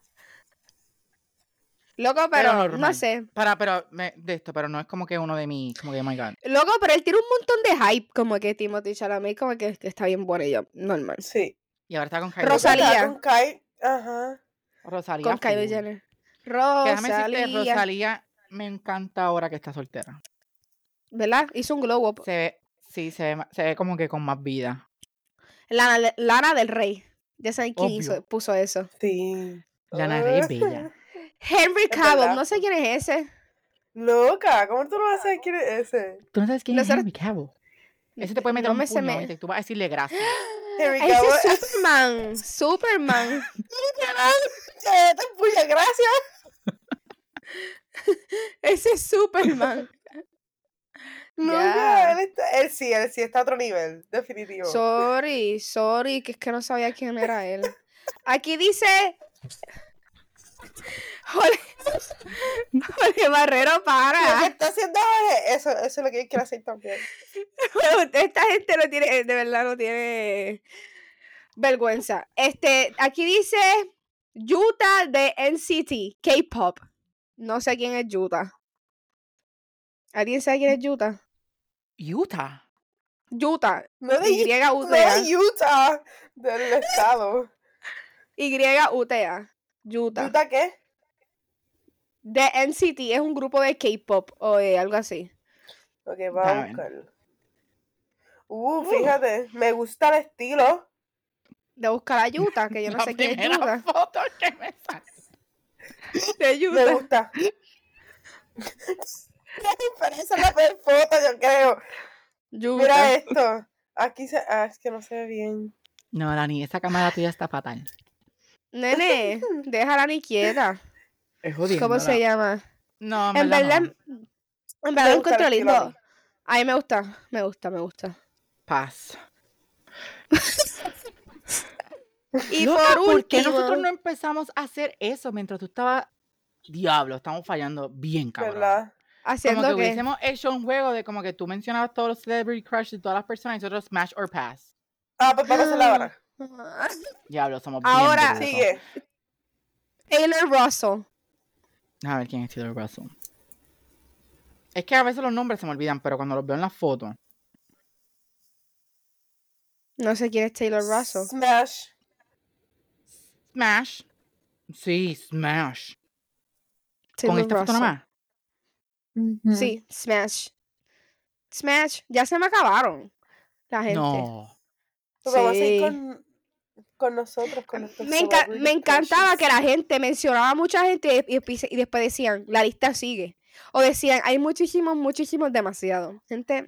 D: Loco, pero, no
B: normal.
D: sé.
B: Para, pero. me- de esto, pero no es como que uno de mis. Como que, oh my God.
D: Loco, pero él tiene un montón de hype, como que Timothy Chalamet, como que, que está bien bueno y yo, normal.
C: Sí.
B: Y ahora está con Kylie
D: Rosalía.
C: Está Con Kai. Ajá.
B: Rosalía.
D: Con Kylie
B: full.
D: Jenner.
B: Que déjame decirte,
D: Rosalía,
B: Rosalía me encanta ahora que está soltera.
D: ¿verdad? Hizo un glow up.
B: Se ve. Sí, se ve, ma- se ve como que con más vida.
D: Lana, de- Lana del Rey. Ya saben quién hizo-
B: Obvio.
D: puso eso.
C: Sí.
B: La
C: Ah,
B: nariz es bella.
D: Henry
C: Es
D: Cavill,
C: verdad.
D: no sé quién es ese.
C: Loca, ¿cómo tú no vas a saber quién es ese?
B: ¿Tú no sabes quién
D: Los
B: es
D: ar- Este
B: Henry Cavill? Ese te puede meter
D: no
B: un
D: me se
B: puño
D: me-
B: y te- tú vas a decirle gracias.
D: (gasps)
C: Henry
D: Ese
C: Cavill. (laughs)
D: es (laughs)
B: (laughs)
D: Superman. Superman.
C: Eh, te puya, gracias.
D: Ese
B: (laughs)
D: es Superman.
C: Loca,
D: Ya.
C: él, está- él sí, él sí está a otro nivel, definitivo.
D: Sorry, sorry, que es que no sabía quién era él. Aquí dice. Jorge, Jorge Barrero,
C: Lo que
D: para. (laughs)
C: está haciendo es- eso, eso es lo que yo quiero hacer también.
D: Esta gente no tiene, eh, de verdad no tiene vergüenza. Este, aquí dice Utah de NCT, K-pop. No sé quién es Utah. ¿Alguien sabe quién es Utah?
B: Utah.
D: Utah.
C: No de,
D: Y
C: Utah, no de Utah, del estado.
D: Y-U-T-A. Utah.
C: ¿Utah qué?
D: The NCT es un grupo de K-pop o de algo así.
C: Ok, vamos a
B: bien.
C: buscarlo. Uh, fíjate, me gusta el estilo.
D: De buscar a Utah, que yo no
B: La
D: sé quién es
B: primera
D: Utah.
B: foto que me sale.
D: De
C: Me (laughs) gusta.
D: Utah.
C: Pero esa es la peor foto, yo creo.
D: Yuta.
C: Mira esto. Aquí se. Ah, es que no se ve bien.
B: No, Dani, esa cámara tuya está fatal.
D: (laughs) Nene, déjala ni quieta.
B: Es
D: ¿Cómo se llama?
B: No,
D: En verdad,
B: Ah, no.
D: en verdad lo
C: gusta el estilo
D: encuentro
C: a
D: lindo.
C: mí.
D: A mí me gusta, me gusta, me gusta.
B: Paz.
D: Y
B: Loca,
D: por
B: ¿Por qué nosotros
D: último-
B: no empezamos a hacer eso mientras tú estabas... Diablo, estamos fallando bien, cabrón.
C: ¿Verdad?
D: Haciendo
B: Como que
D: que...
B: hubiésemos hecho un juego de como que tú mencionabas todos los celebrity crush de todas las personas y nosotros smash or pass.
C: Ah, pues vamos a la hora.
B: Diablo, somos
D: Ahora,
B: bien brutos.
C: Sigue.
D: Taylor Russell.
B: A ver quién es Taylor Russell. Es que a veces los nombres se me olvidan, pero cuando los veo en las fotos.
D: No sé quién es Taylor Russell.
C: Smash.
B: Smash. Sí, Smash.
D: Taylor
B: Con esta foto
D: Russell.
B: nomás.
D: Sí, Smash. Smash. Ya se me acabaron la gente.
B: No.
C: Pues vamos a
D: Sí.
C: seguir con, con nosotros, con nuestros
D: Me, enca-
C: celebrity
D: me encantaba que
C: crushes.
D: la gente mencionaba a mucha gente y, y- y después decían, la lista sigue. O decían, hay muchísimos, muchísimos, demasiado. Gente,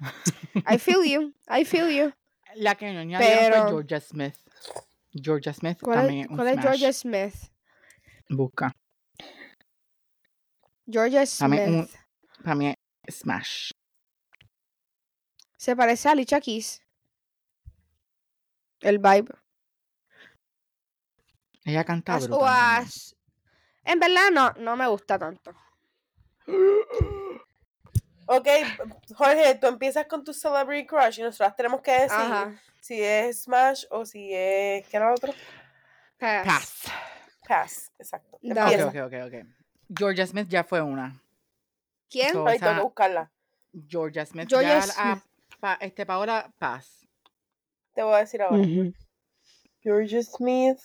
D: I feel you, I feel you.
B: La que no pero...
D: Pero-
B: fue Georgia Smith. Georgia Smith
D: ¿Cuál,
B: también
D: es,
B: es un
D: cuál es
B: smash.
D: Georgia Smith?
B: Busca.
D: Georgia
B: También un-
D: Smith.
B: Para mí es Smash.
D: Se parece a Alicia Keys. El vibe.
B: Ella canta
D: As-
B: brutal
D: o a
B: también.
D: As- En verdad, no, no me gusta tanto.
C: Ok, Jorge, tú empiezas con tu celebrity crush y nosotras tenemos que decir
D: Ajá.
C: si es Smash o si es. ¿Qué era lo otro?
D: Pass.
B: Pass.
C: Pass, exacto.
D: Dale.
B: Ok,
C: Empieza.
B: ok, ok, ok. Georgia Smith ya fue una.
D: ¿Quién?
B: So,
C: Ay,
B: o sea,
C: tengo que buscarla.
B: Georgia Smith.
D: Georgia
B: ya la- pa- este, Paola, Paz.
C: Te voy a decir ahora.
D: Ujú.
C: Georgia Smith.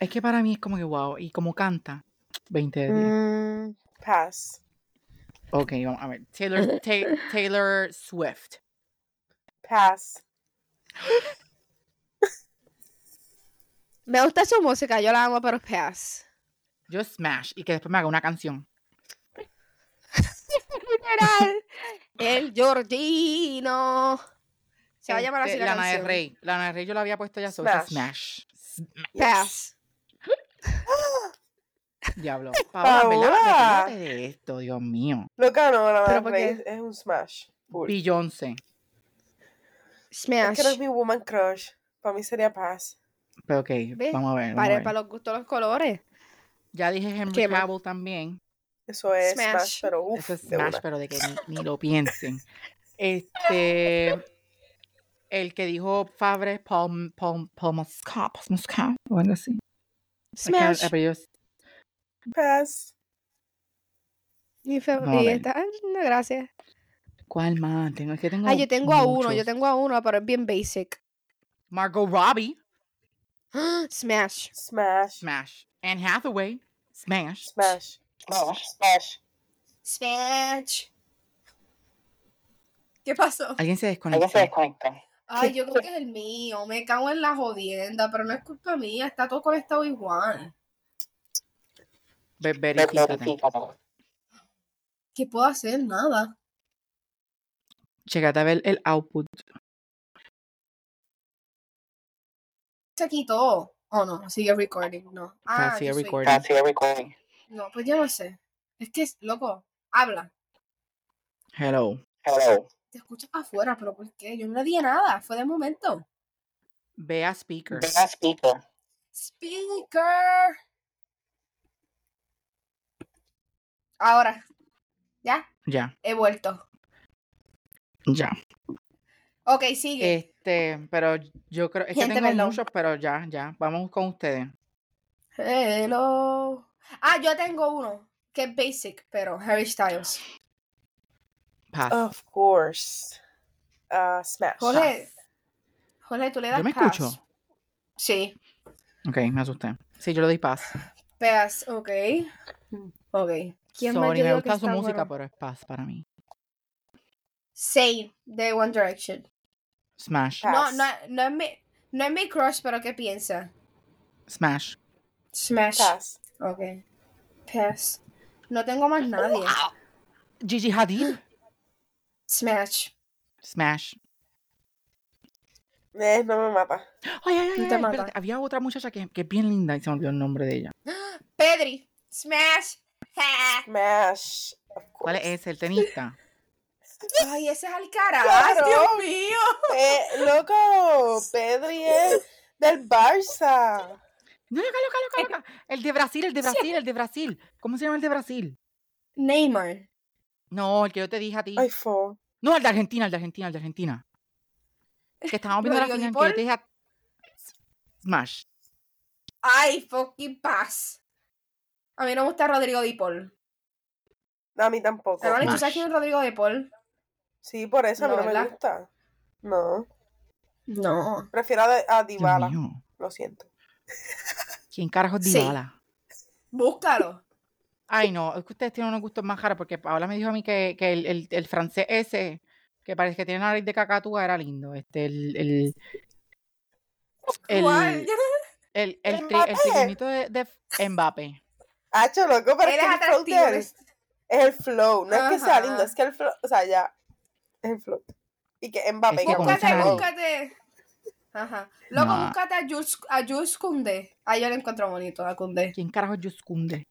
B: Es que para mí es como que wow. Y como canta. 20 de 10.
C: mm, pass.
B: Ok, vamos a ver. Taylor, Ta- Taylor Swift.
C: Pass.
D: Me gusta su música, yo la amo, pero pass.
B: Yo smash. Y que después me haga una canción.
D: Literal. (laughs) El Georgino. Se va a llamar así
B: Este,
D: la
B: Lana de
D: canción.
B: Rey. Lana de Rey yo la había puesto ya sobre smash. Sm-
D: Pass. (laughs)
B: Diablo. Paola, en ¿verdad?
C: Paola.
B: Retírate de esto, Dios mío.
C: Loca, no, la
D: Pero
C: verdad
D: ¿por
C: Rey es un Smash. full.
B: Beyoncé.
C: Es
D: Smash.
C: que no es mi woman crush. Para mí sería Pass.
B: Pero ok,
D: ¿Ves?
B: vamos a ver. vamos a
D: Para,
B: ver.
D: para los gustos, los colores.
B: Ya dije Henry
D: ¿Qué más?
B: Cavill también.
C: Eso es Smash,
D: Smash.
C: pero uff.
B: Eso es Smash, pero de que ni, ni lo piensen. Este. El que dijo Fabre, Paul, Paul, Paul Muscat, Paul Muscat, o algo así. Es que el
D: Smash.
B: apellido es-
C: Pass.
D: Y, fe-
B: Vamos a
D: y
B: ver.
D: está- ay, no, gracias.
B: ¿Cuál más? Tengo, es que tengo.
D: Ay, Ah, yo tengo a uno, yo
B: muchos.
D: tengo a uno, pero es bien basic.
B: Margot Robbie,
D: Smash.
C: Smash.
B: Smash. Anne Hathaway, Smash.
C: Smash. Smash.
D: Smash. ¿Qué
B: (laughs)
D: pasó?
B: Alguien se desconectó.
D: Ay, yo creo que es el mío. Me cago en la jodienda, pero no es culpa mía. Está todo conectado igual.
B: Ve- Verifícate.
D: ¿Qué puedo hacer? Nada.
B: Checate a ver el output.
D: Se quitó. Oh, no. Sigue recording. No. Ah,
B: Casi
D: yo soy-
B: recording.
D: No, pues yo no sé. Es que, es- loco, habla.
B: Hello.
D: Te escuchas afuera, pero ¿por qué? Yo no le dije nada. Fue de momento.
B: Vea speaker.
D: Speaker. Ahora. Ya.
B: Ya,
D: He vuelto.
B: ya.
D: Ok, sigue.
B: Este, pero yo creo. Es que
D: Gente,
B: tengo
D: perdón.
B: muchos, pero ya, ya. Vamos con ustedes.
D: Hello. Ah, yo tengo uno. Que es basic, pero Harry Styles.
B: Pass.
D: Oh,
C: Of course. Ah, smash.
D: Jorge, Jorge, tú le das
B: ¿Yo me
D: pass?
B: escucho?
D: Sí,
B: Ok, me asusté. Sí, yo le doy pass.
D: pass, ok. Ok. ¿Quién más
B: Mm. Sorry,
D: yo
B: me
D: digo que
B: gusta su
D: está
B: música, pues.
D: bueno?
B: pero es pass para mí.
D: Save, de One Direction.
B: Smash.
C: Ah.
D: No,
C: Pass.
D: no, no es mi, no es mi crush, pero ¿qué piensa?
B: Smash.
D: Smash.
C: Pass.
D: Ok. Pass. No tengo más nadie.
B: Gigi
D: (gasps)
B: Hadid.
D: Smash.
B: Smash.
C: Eh, no me mata.
B: Ay, ay, ay, ay,
D: Te
B: espérate,
D: mata.
B: Había otra muchacha que, que es bien linda y se me olvidó el nombre de ella.
D: Pedri. Smash.
C: Smash. of
B: ¿Cuál es
C: course.
B: ese? El tenista.
D: Ay, ese es Alcaraz.
C: Claro.
D: Ah, Dios mío.
C: Eh, loco, Pedri es del Barça.
B: No, loca, loca, loca, loca. El de Brasil, el de Brasil, el de Brasil. ¿Cómo se llama el de Brasil?
D: Neymar.
B: No, el que yo te dije a ti.
C: Ay, fo.
B: No, el de Argentina, el de Argentina, el de Argentina. Que estábamos viendo la
D: Rodrigo
B: final que
D: Di
B: yo
D: Paul.
B: te dije a... Smash.
D: Ay, fucking paz. A mí no me gusta Rodrigo Di Paul.
C: No, a mí tampoco.
D: Hermano, ¿tú
B: Smash.
D: sabes quién es Rodrigo Di Paul?
C: Sí, por eso a mí
D: No,
C: no, me
D: ¿verdad?
C: gusta. No.
D: No.
C: Prefiero a, a
B: Dios
C: Dybala.
B: mío.
C: Lo siento.
B: ¿Quién carajo es
D: Sí.
B: Dybala?
D: Búscalo.
B: Ay, no, es que ustedes tienen unos gustos más raros porque Paola me dijo a mí que, que el, el- el francés ese, que parece que tiene nariz de cacatúa, era lindo. Este, el. El. El.
D: ¿Cuál?
B: El, el, tri- el
C: Mbappé.
B: trigueñito de, de Mbappé.
C: Hacho, loco, pero
D: Él
C: es
D: es
C: que el flow de
D: atractivo.
C: él
D: es-
C: es el flow. No es que sea lindo,
D: Ajá.
C: es que el flow. O sea, ya. Es el flow. Y que Mbappé.
B: Es que
C: cabrón.
B: como esa
D: Búscate,
B: nariz.
D: búscate. Ajá. Luego
B: No.
D: búscate a Jules, a Jules Koundé. Ah, yo le encuentro bonito a Koundé.
B: ¿Quién carajo es Yuskunde?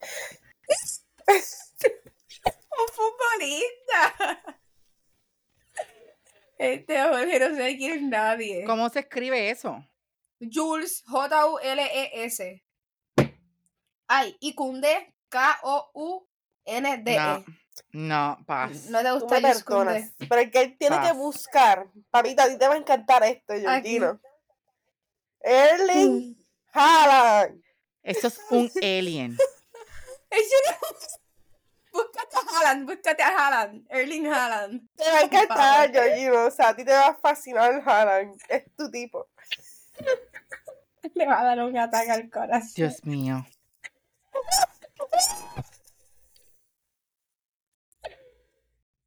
D: ¡Un futbolista! Este hombre no sé quién es nadie.
B: ¿Cómo se escribe eso?
D: Jules, J-U-L-E-S. E Ay, y Kunde, K-O-U-N-D-E.
B: No,
D: No,
B: no, paz.
D: te
C: Tú me
D: E. gusta
C: perdonas.
D: Jules (laughs) Koundé.
C: Pero es que él tiene que
B: Paz.
C: buscar. Papita, a ti te va a encantar esto,
D: Aquí. Mm.
C: Georgino. Erling Haaland.
B: Eso (laughs) es un alien.
D: Ay, yo no- Búscate a Haaland, búscate a Haaland. Erling Haaland.
C: Te va a encantar,
D: Vamos.
C: Georgino. O sea, a ti te va a fascinar Haaland. Es tu tipo.
D: (laughs) Le va a dar un ataque al corazón.
B: Dios mío.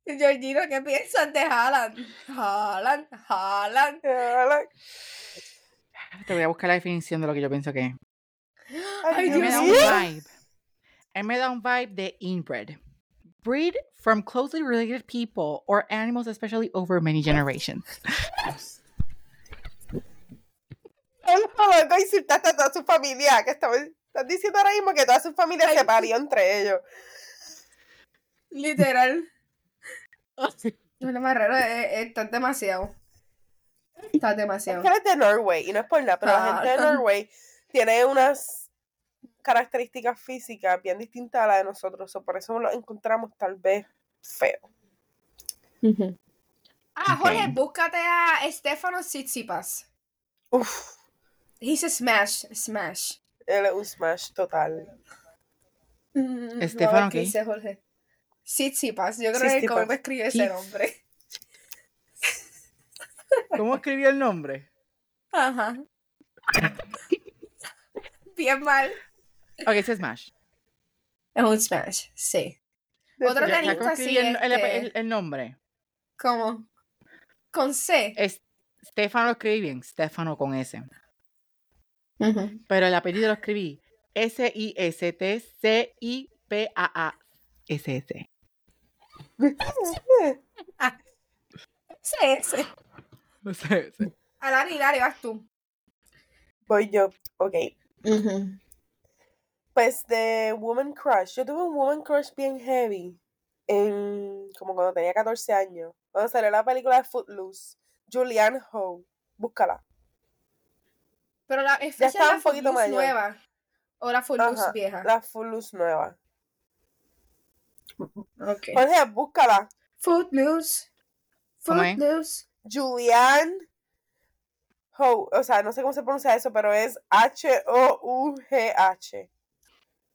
D: Georgino, ¿qué piensas de Haaland? Haaland, Haaland.
C: Haaland.
B: (laughs) Te voy a buscar la definición de lo que yo pienso que es.
C: Ay,
D: Ay,
B: Él me da
D: Dios
B: un
C: Georgino.
D: mío.
B: vibe. Él me da un vibe de inbred. Breed from closely related people or animals, especially over many generations.
C: Hola, loco, insultaste a toda su familia. Que estaba- estás diciendo ahora mismo que toda su familia
D: Ay.
C: se parió entre ellos.
D: (laughs) Literal. Ah, Julio Marrero, eh, eh, estás demasiado. Estás
C: Es
D: demasiado.
C: que él es de Norway y no es por nada, pero la gente de
D: Haaland.
C: Norway tiene unas características físicas bien distintas a las de nosotros. o por eso lo encontramos tal vez feo.
D: Ah, Jorge,
B: Ok.
D: búscate a Stefano Tsitsipas.
C: Uf,
D: He's a smash, smash.
C: él es un smash total.
D: Mm,
B: Estefano,
D: no, ¿qué
B: ¿qué?
D: dice Jorge? Tsitsipas, yo creo que
C: Tsitsipas.
D: cómo escribe ese
C: Tif.
D: nombre.
B: (laughs) ¿Cómo escribió el nombre?
D: (laughs) Ajá. Bien mal.
B: Ok, ese es Smash.
D: Es un smash, sí. Otro
B: Ya- ya
D: tenista,
B: ¿Cómo escribió
D: sí,
B: el, el-
D: este.
B: el- el nombre?
D: ¿Cómo? Con C.
B: Es, Stefano lo escribí bien, Stefano con S.
D: Ujú.
B: Pero el apellido lo escribí S-I-S-T-C-I-P-A-A-S-S.
D: Ese, ese.
B: No sé, sí.
D: Alani, dale, vas tú.
C: Voy yo, ok. Pues de Woman Crush. Yo tuve un Woman Crush bien heavy. En, como cuando tenía 14 años. Cuando salió la película de Footloose. Julianne Howe. Búscala.
D: Pero la es fecha de
C: estaba
D: la
C: un poquito
D: Footloose
C: mayor.
D: nueva. O la Footloose
C: Ajá,
D: vieja.
C: La Footloose nueva.
D: Ok.
C: Jorge, búscala.
D: Footloose.
B: ¿Cómo es?
D: Footloose.
C: Julianne Howe. O sea, no sé cómo se pronuncia eso, pero es H-O-U-G-H.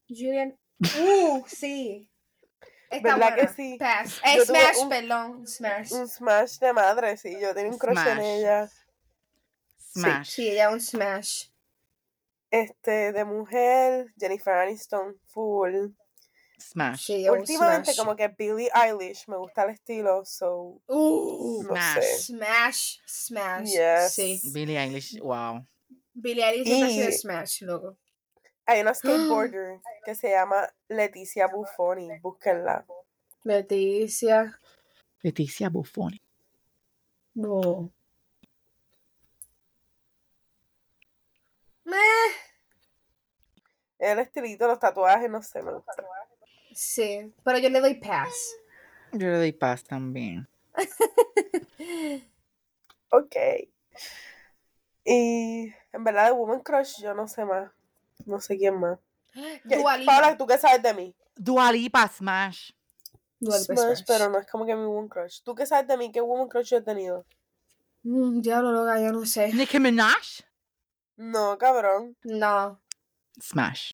D: Julian. Uh, sí. Está
C: ¿Verdad que
D: buena.
C: sí?
D: Pass. Eh,
C: Yo tuve
D: smash,
C: un-
D: perdón. Smash.
C: Un smash de madre, sí. Yo tenía un crush en
B: Smash.
C: ella.
B: Smash.
D: Sí, ella un smash.
C: Este, de mujer, Jennifer Aniston, full.
B: Smash.
D: Sí, ella un
C: Últimamente,
D: smash.
C: como que Billie Eilish me gusta el estilo, so
D: Uh,
C: no
B: Smash.
C: sé.
D: smash, smash.
C: Yes.
D: Sí.
B: Billie Eilish, wow.
D: Billie Eilish siempre ha
C: Y-
D: sido smash, loco. (gasps)
C: Hay una skateboarder que se llama Leticia Buffoni, búsquenla.
D: Leticia.
B: Leticia Buffoni.
D: No.
C: El estilito, los tatuajes, no sé, me gusta.
D: Sí, pero yo le doy pass.
B: Yo le doy paz también.
C: Ok. Y en verdad de Woman Crush yo no sé más. No sé quién más. ¿Qué-
D: Dua Lipa.
C: Paula, ¿tú qué sabes de mí?
B: Dualipa Smash.
D: Dua Lipa
C: Smash,
D: Smash.
C: pero no es como que mi Woman Crush. ¿Tú qué sabes de mí? ¿Qué Woman Crush yo he tenido?
D: Mm, diablo, loca, yo no sé.
B: Nicki Minaj.
C: No, cabrón.
D: No,
B: Smash.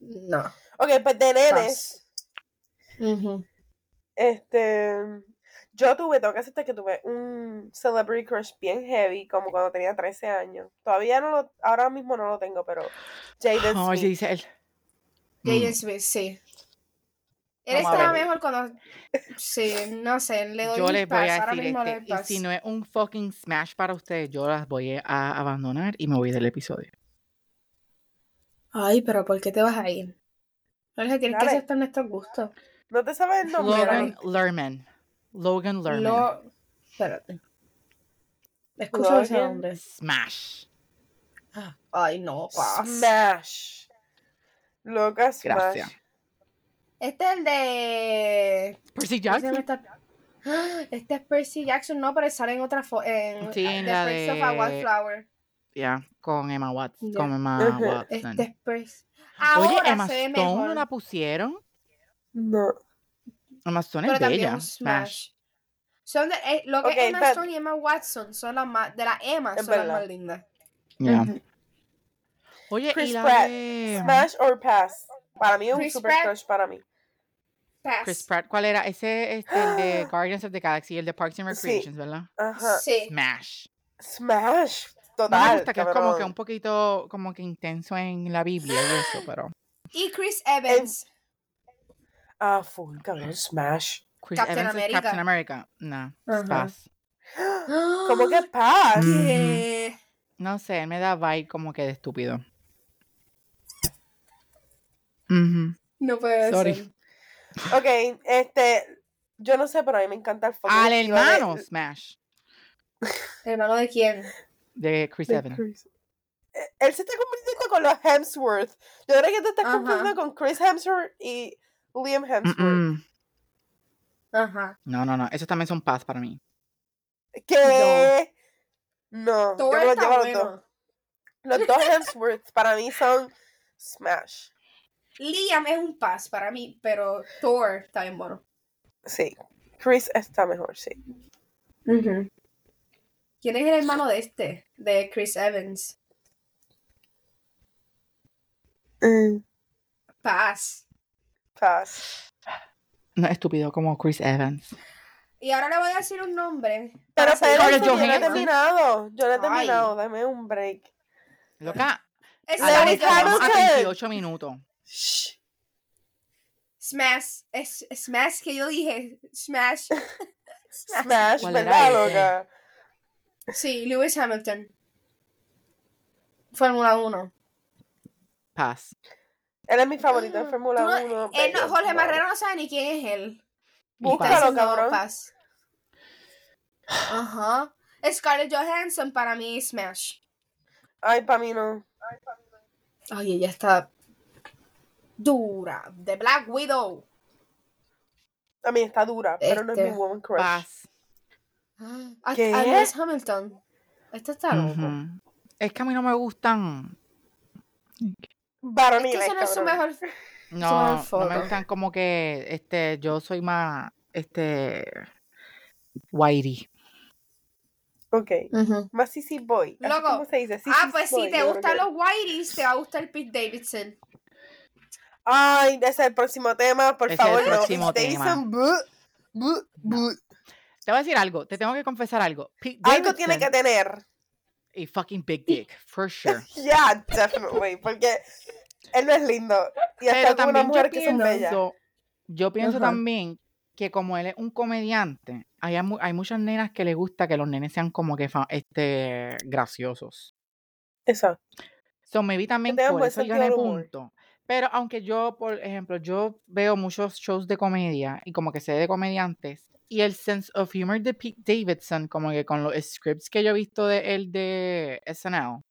D: no.
C: Ok, pues de nenes.
D: Pass. Ujú.
C: Este. Yo tuve, tengo que aceptar que tuve un celebrity crush bien heavy, como cuando tenía 13 años. Todavía no lo, ahora mismo no lo tengo, pero Jaden
B: Oh,
C: Smith.
B: dice él.
D: Jaden Smith, sí. Él
B: Mm. Vamos a
D: estaba
B: ver.
D: mejor cuando. Sí, no sé, le doy
B: Yo
D: un
B: les voy
D: pass.
B: a
D: Ahora
B: decir
D: mismo le
B: este,
D: doy
B: y
D: pass.
B: si no es un fucking smash para ustedes, yo las voy a abandonar y me voy del episodio.
D: Ay, pero ¿por qué te vas a ir? No sé, tienes que
C: Dale.
D: aceptar nuestros gustos.
C: No te sabes el nombre.
B: Logan
C: Dani?
B: Lerman. Logan Lerman.
D: Lo... Espérate. Escucha ese
C: Logan.
D: nombre.
B: Smash.
D: Ay, no, pa.
C: Smash. Loca Smash.
B: Gracias.
D: Este es el de.
B: Percy
D: ¿cómo se
B: Jackson.
D: llama esta? (gasps) ¡Ah! Este es Percy Jackson, no, pero sale en otra foto. En
B: Sí, en
D: The
B: la
D: Perks of a
B: de-
D: Wallflower.
B: Ya, con Emma Watson.
D: Ya.
B: Con Emma
C: Ujú.
B: Watson.
D: Este es Percy.
B: Oye,
D: Ahora
B: Emma
D: se ve
B: Stone
D: mejor.
B: no la pusieron.
C: No.
B: Emma Stone
D: pero
B: es
D: también
B: bella.
D: un Smash. Son de, eh, lo que
C: Ok,
D: es Emma
C: but-
D: Stone y Emma Watson son las más. De la Emma
C: Es
D: son las
C: verdad.
D: más lindas.
B: Ya.
D: Ujú.
B: Oye,
C: Chris
B: y la
C: Pratt.
B: de-
C: Smash or pass. Para mí es un
D: Chris
C: super
D: Pratt.
C: crush para mí.
D: Pass.
B: Chris Pratt, ¿cuál era? Ese este, el
C: (gasps)
B: de Guardians of the Galaxy, el de Parks and
C: Sí.
B: Recreations, ¿verdad?
C: Ajá.
D: Sí.
B: Smash.
C: Smash.
B: No
C: Total.
B: me gusta que es como que
C: cabrón.
B: un poquito como que intenso en la Biblia y eso, pero
D: Y Chris Evans.
C: Ah, full, cabrón. Smash.
B: Chris
D: Captain
B: Evans es
D: America.
B: Captain America. No,
D: Ajá.
B: pass.
C: ¿Cómo que pass?
B: Mm.
D: (gasps) ¿Qué?
B: No sé, él me da vibe como que de estúpido. Ujú.
D: No puede
B: Mm. Sorry.
D: ser.
C: Ok, este. Yo no sé, pero a mí me encanta el fucking
B: Al
C: estilo de-
B: hermano, Smash,
D: ¿Hermano de quién?
B: de Chris
C: de
B: Evans.
C: Chris. Eh, Él se está confundiendo con los Hemsworth. Yo creo que te estás
D: Ajá.
C: confundiendo con Chris Hemsworth y Liam Hemsworth.
B: Mm-mm.
D: Ajá.
B: No, no, no, esos también son pass para mí.
C: ¿Qué? No,
D: Todo
C: yo me los
D: está
C: llevo a los dos.
D: bueno.
C: Los dos Hemsworth
D: (laughs)
C: para mí son Smash.
D: Liam es un pass para mí, pero Thor está bien bueno.
C: Sí. Chris está mejor, sí.
D: ¿Quién es el hermano de este? De Chris Evans. Mm. Pass.
C: Pass.
B: No, estúpido, como Chris Evans.
D: Y ahora le voy a decir un nombre.
C: Pero
D: para seguir
C: espérate,
B: Scarlett
C: yo no he
B: Johansson.
C: terminado. Yo no he
D: Ay.
C: terminado. Dame un
D: (laughs)
C: break.
B: Loca,
D: Ese
C: Lewis
B: Alanis,
D: es
B: ya vamos a
C: Hamilton.
B: 38 minutos.
C: Shh.
D: Smash. Es Smash que yo dije. Smash.
C: Smash,
B: ¿Cuál era
C: ¿verdad,
B: ese?
C: loca?
D: Sí, Lewis Hamilton. Fórmula 1.
B: Pass.
C: Él es mi favorito de Fórmula
D: Mm. Tú no-
C: 1.
D: Él Eh, no,
C: bello,
D: Jorge
C: wow.
D: Marrero no sabe ni quién es él.
B: Y
C: Búscalo,
B: pass.
D: Entonces, no,
C: cabrón.
D: pass. Ajá. Scarlett Johansson para mí es Smash.
C: Ay, para mí no.
D: Ay, ella está dura. De Black Widow.
C: A mí está dura, pero no es mi
D: Este.
C: woman crush.
B: Pass.
D: Ah, A,
C: ¿Qué?
D: a Lewis Hamilton. Esta está loco.
B: Ujú. Es que a mí no me gustan.
D: Es que
C: Varoniles,
D: ese no es su
C: cabrón.
D: mejor.
B: No, no me
D: fotos.
B: gustan como que este, yo soy más este Whitey.
C: Ok. Más CC Boy. Así
D: Loco.
C: ¿Cómo se dice? CC
D: Ah, pues
C: Boy,
D: si te
C: yo creo
D: gustan
C: que-
D: los Whiteys, te va a gustar Pete Davidson.
C: Ay, ese es el próximo tema, por
B: Ese es el
C: favor. no.
B: próximo
C: Pete
B: tema.
C: Davidson, buh, buh, buh.
B: Te voy a decir algo, te tengo que confesar algo. Pete
C: Algo tiene que
B: Davidson
C: tener.
B: y fucking big dick, for sure.
C: Yeah, definitely. Porque él no es lindo. (laughs) Y
B: Pero
C: hasta con una
B: también yo
C: mujer que son bellas.
B: pienso, yo pienso
D: Ajá.
B: también que como él es un comediante, hay, a mu- hay muchas nenas que les gusta que los nenes sean como que fa- este graciosos.
C: Exacto.
B: So maybe también
C: tengan
B: por
C: buen
B: eso yo
C: sentido
B: gané
C: del humor.
B: punto. Pero aunque yo, por ejemplo, yo veo muchos shows de comedia y como que sé de comediantes y el sense of humor de Pete Davidson, como que con los scripts que yo he visto de él de SNL,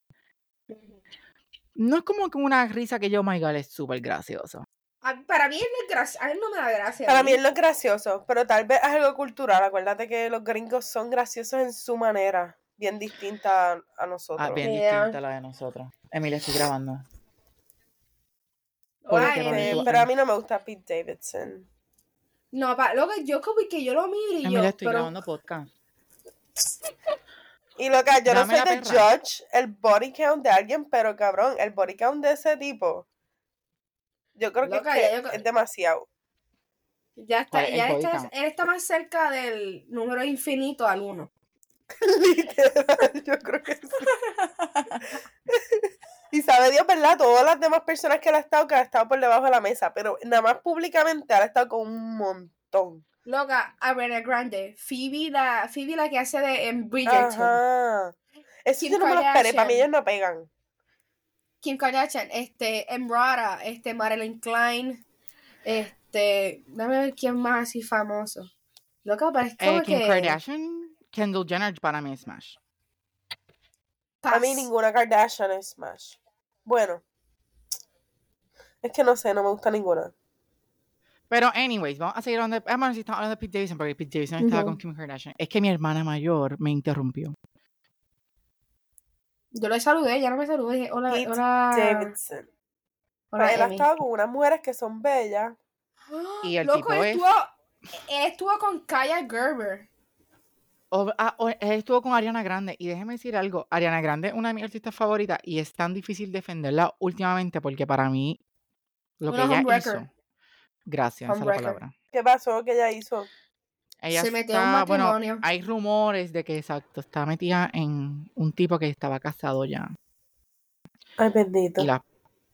B: no es como que una risa que yo, oh my god, es súper gracioso.
D: A- para mí él no es gracia- a él no me da gracia.
C: Para mí él no es gracioso, pero tal vez es algo cultural. Acuérdate que los gringos son graciosos en su manera, bien distinta a, a nosotros.
B: Ah, bien
D: Yeah.
B: distinta a la de nosotros. Emilia, estoy grabando.
D: Ay,
B: Porque para mí
C: Eh,
B: tú-
D: Emilia.
C: pero a mí no me gusta Pete Davidson.
D: No, pa, loco, yo como que yo lo miro y yo,
B: Emilia, estoy
D: pero-
B: grabando podcast.
C: Y loca, yo
B: Dame
C: no
B: la
C: soy de
B: perra.
C: judge el body count de alguien, pero cabrón, el body count de ese tipo, yo creo que,
D: Loca,
C: es, que
D: ya yo-
C: es demasiado. (laughs)
D: ya está,
B: ¿Cuál
C: Pues,
B: es el
D: ya
B: body
D: está,
B: count?
D: él está más cerca del número infinito al uno.
C: Literal, yo creo
D: (laughs)
C: que sí. Y sabe Dios, ¿verdad? Todas las demás personas que él ha estado, que ha estado por debajo de la mesa, pero nada más públicamente él ha estado con un montón.
D: Loca, Ariana Grande, Phoebe la, Phoebe la que hace de en Bridgerton,
C: Ajá. Eso
D: Kim
C: yo no me lo esperé, para mí
D: Kardashian.
C: ellos no pegan.
D: Kim Kardashian, este, Emrata, este, Marilyn Klein, este, dame ver quién más así famoso. Loca, pero es como
B: Eh, Kim
D: que
B: Kardashian, Kendall Jenner para mí es Smash.
C: A mí
D: pas-
C: ninguna Kardashian es Smash. Bueno. Es que no sé, no me gusta ninguna.
B: Pero, anyways, vamos a seguir hablando. Ah, bueno, sí, estamos hablando de Pete Davidson, porque Pete Davidson estaba
D: Ujú.
B: con Kim Kardashian. Es que mi hermana mayor me interrumpió.
D: Yo le saludé, ya no me saludé, dije, hola,
C: Pete
D: hola,
C: Davidson.
D: hola,
C: él ha
D: Emi.
C: estado con unas mujeres que son bellas.
B: Y el
D: Loco,
B: tipo
D: él
B: es-
D: estuvo, e-, él estuvo con Kaya Gerber.
B: O- ah, o- él estuvo con Ariana Grande. Y déjeme decir algo. Ariana Grande es una de mis artistas favoritas y es tan difícil defenderla últimamente porque para mí lo que
D: Una
B: ella
D: homewrecker.
B: hizo. Gracias, esa es la
D: Homewrecker.
B: palabra.
C: ¿Qué pasó? ¿Qué ella hizo?
B: Ella
D: Se metió en un
B: está-
D: matrimonio.
B: Bueno, hay rumores de que, exacto, está metida en un tipo que estaba casado ya.
C: Ay, bendito.
B: Y la,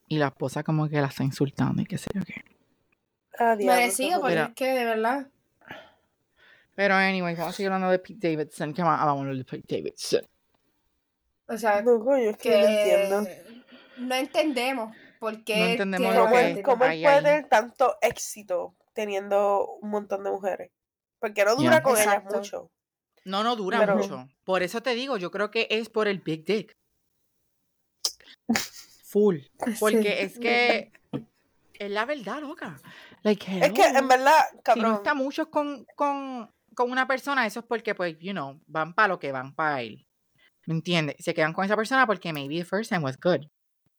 B: y la esposa como que la está insultando y qué sé yo qué.
C: Ah, diablo,
D: Merecido,
C: qué
D: porque
B: Mira.
D: es que de verdad.
B: Pero, anyways, vamos a seguir hablando de Pete Davidson. ¿Qué más? Ah, vamos a hablar de Pete Davidson.
D: O
C: jodido.
D: sea,
C: No, coño, es que, yo no entiendo.
D: que no entendemos por qué.
B: No entendemos
D: tiene
B: lo
D: la
C: ¿Cómo,
B: que-
C: él,
D: gente.
C: cómo él
B: Ay,
C: puede
B: ay.
C: tener tanto éxito teniendo un montón de mujeres? Porque no dura
B: Ya.
C: con ellas
D: Exacto.
C: mucho.
B: No, no dura
C: Pero-
B: mucho. Por eso te digo, yo creo que es por el Big Dick. Full. (laughs) Porque es que es la verdad, loca. Like,
C: Es que, en
B: hello.
C: verdad,
B: si no
C: cabrón.
B: está muchos con, con, con una persona, eso es porque, pues, you know, van para lo que van para él. ¿Me entiendes? Se quedan con esa persona porque maybe the first time was good.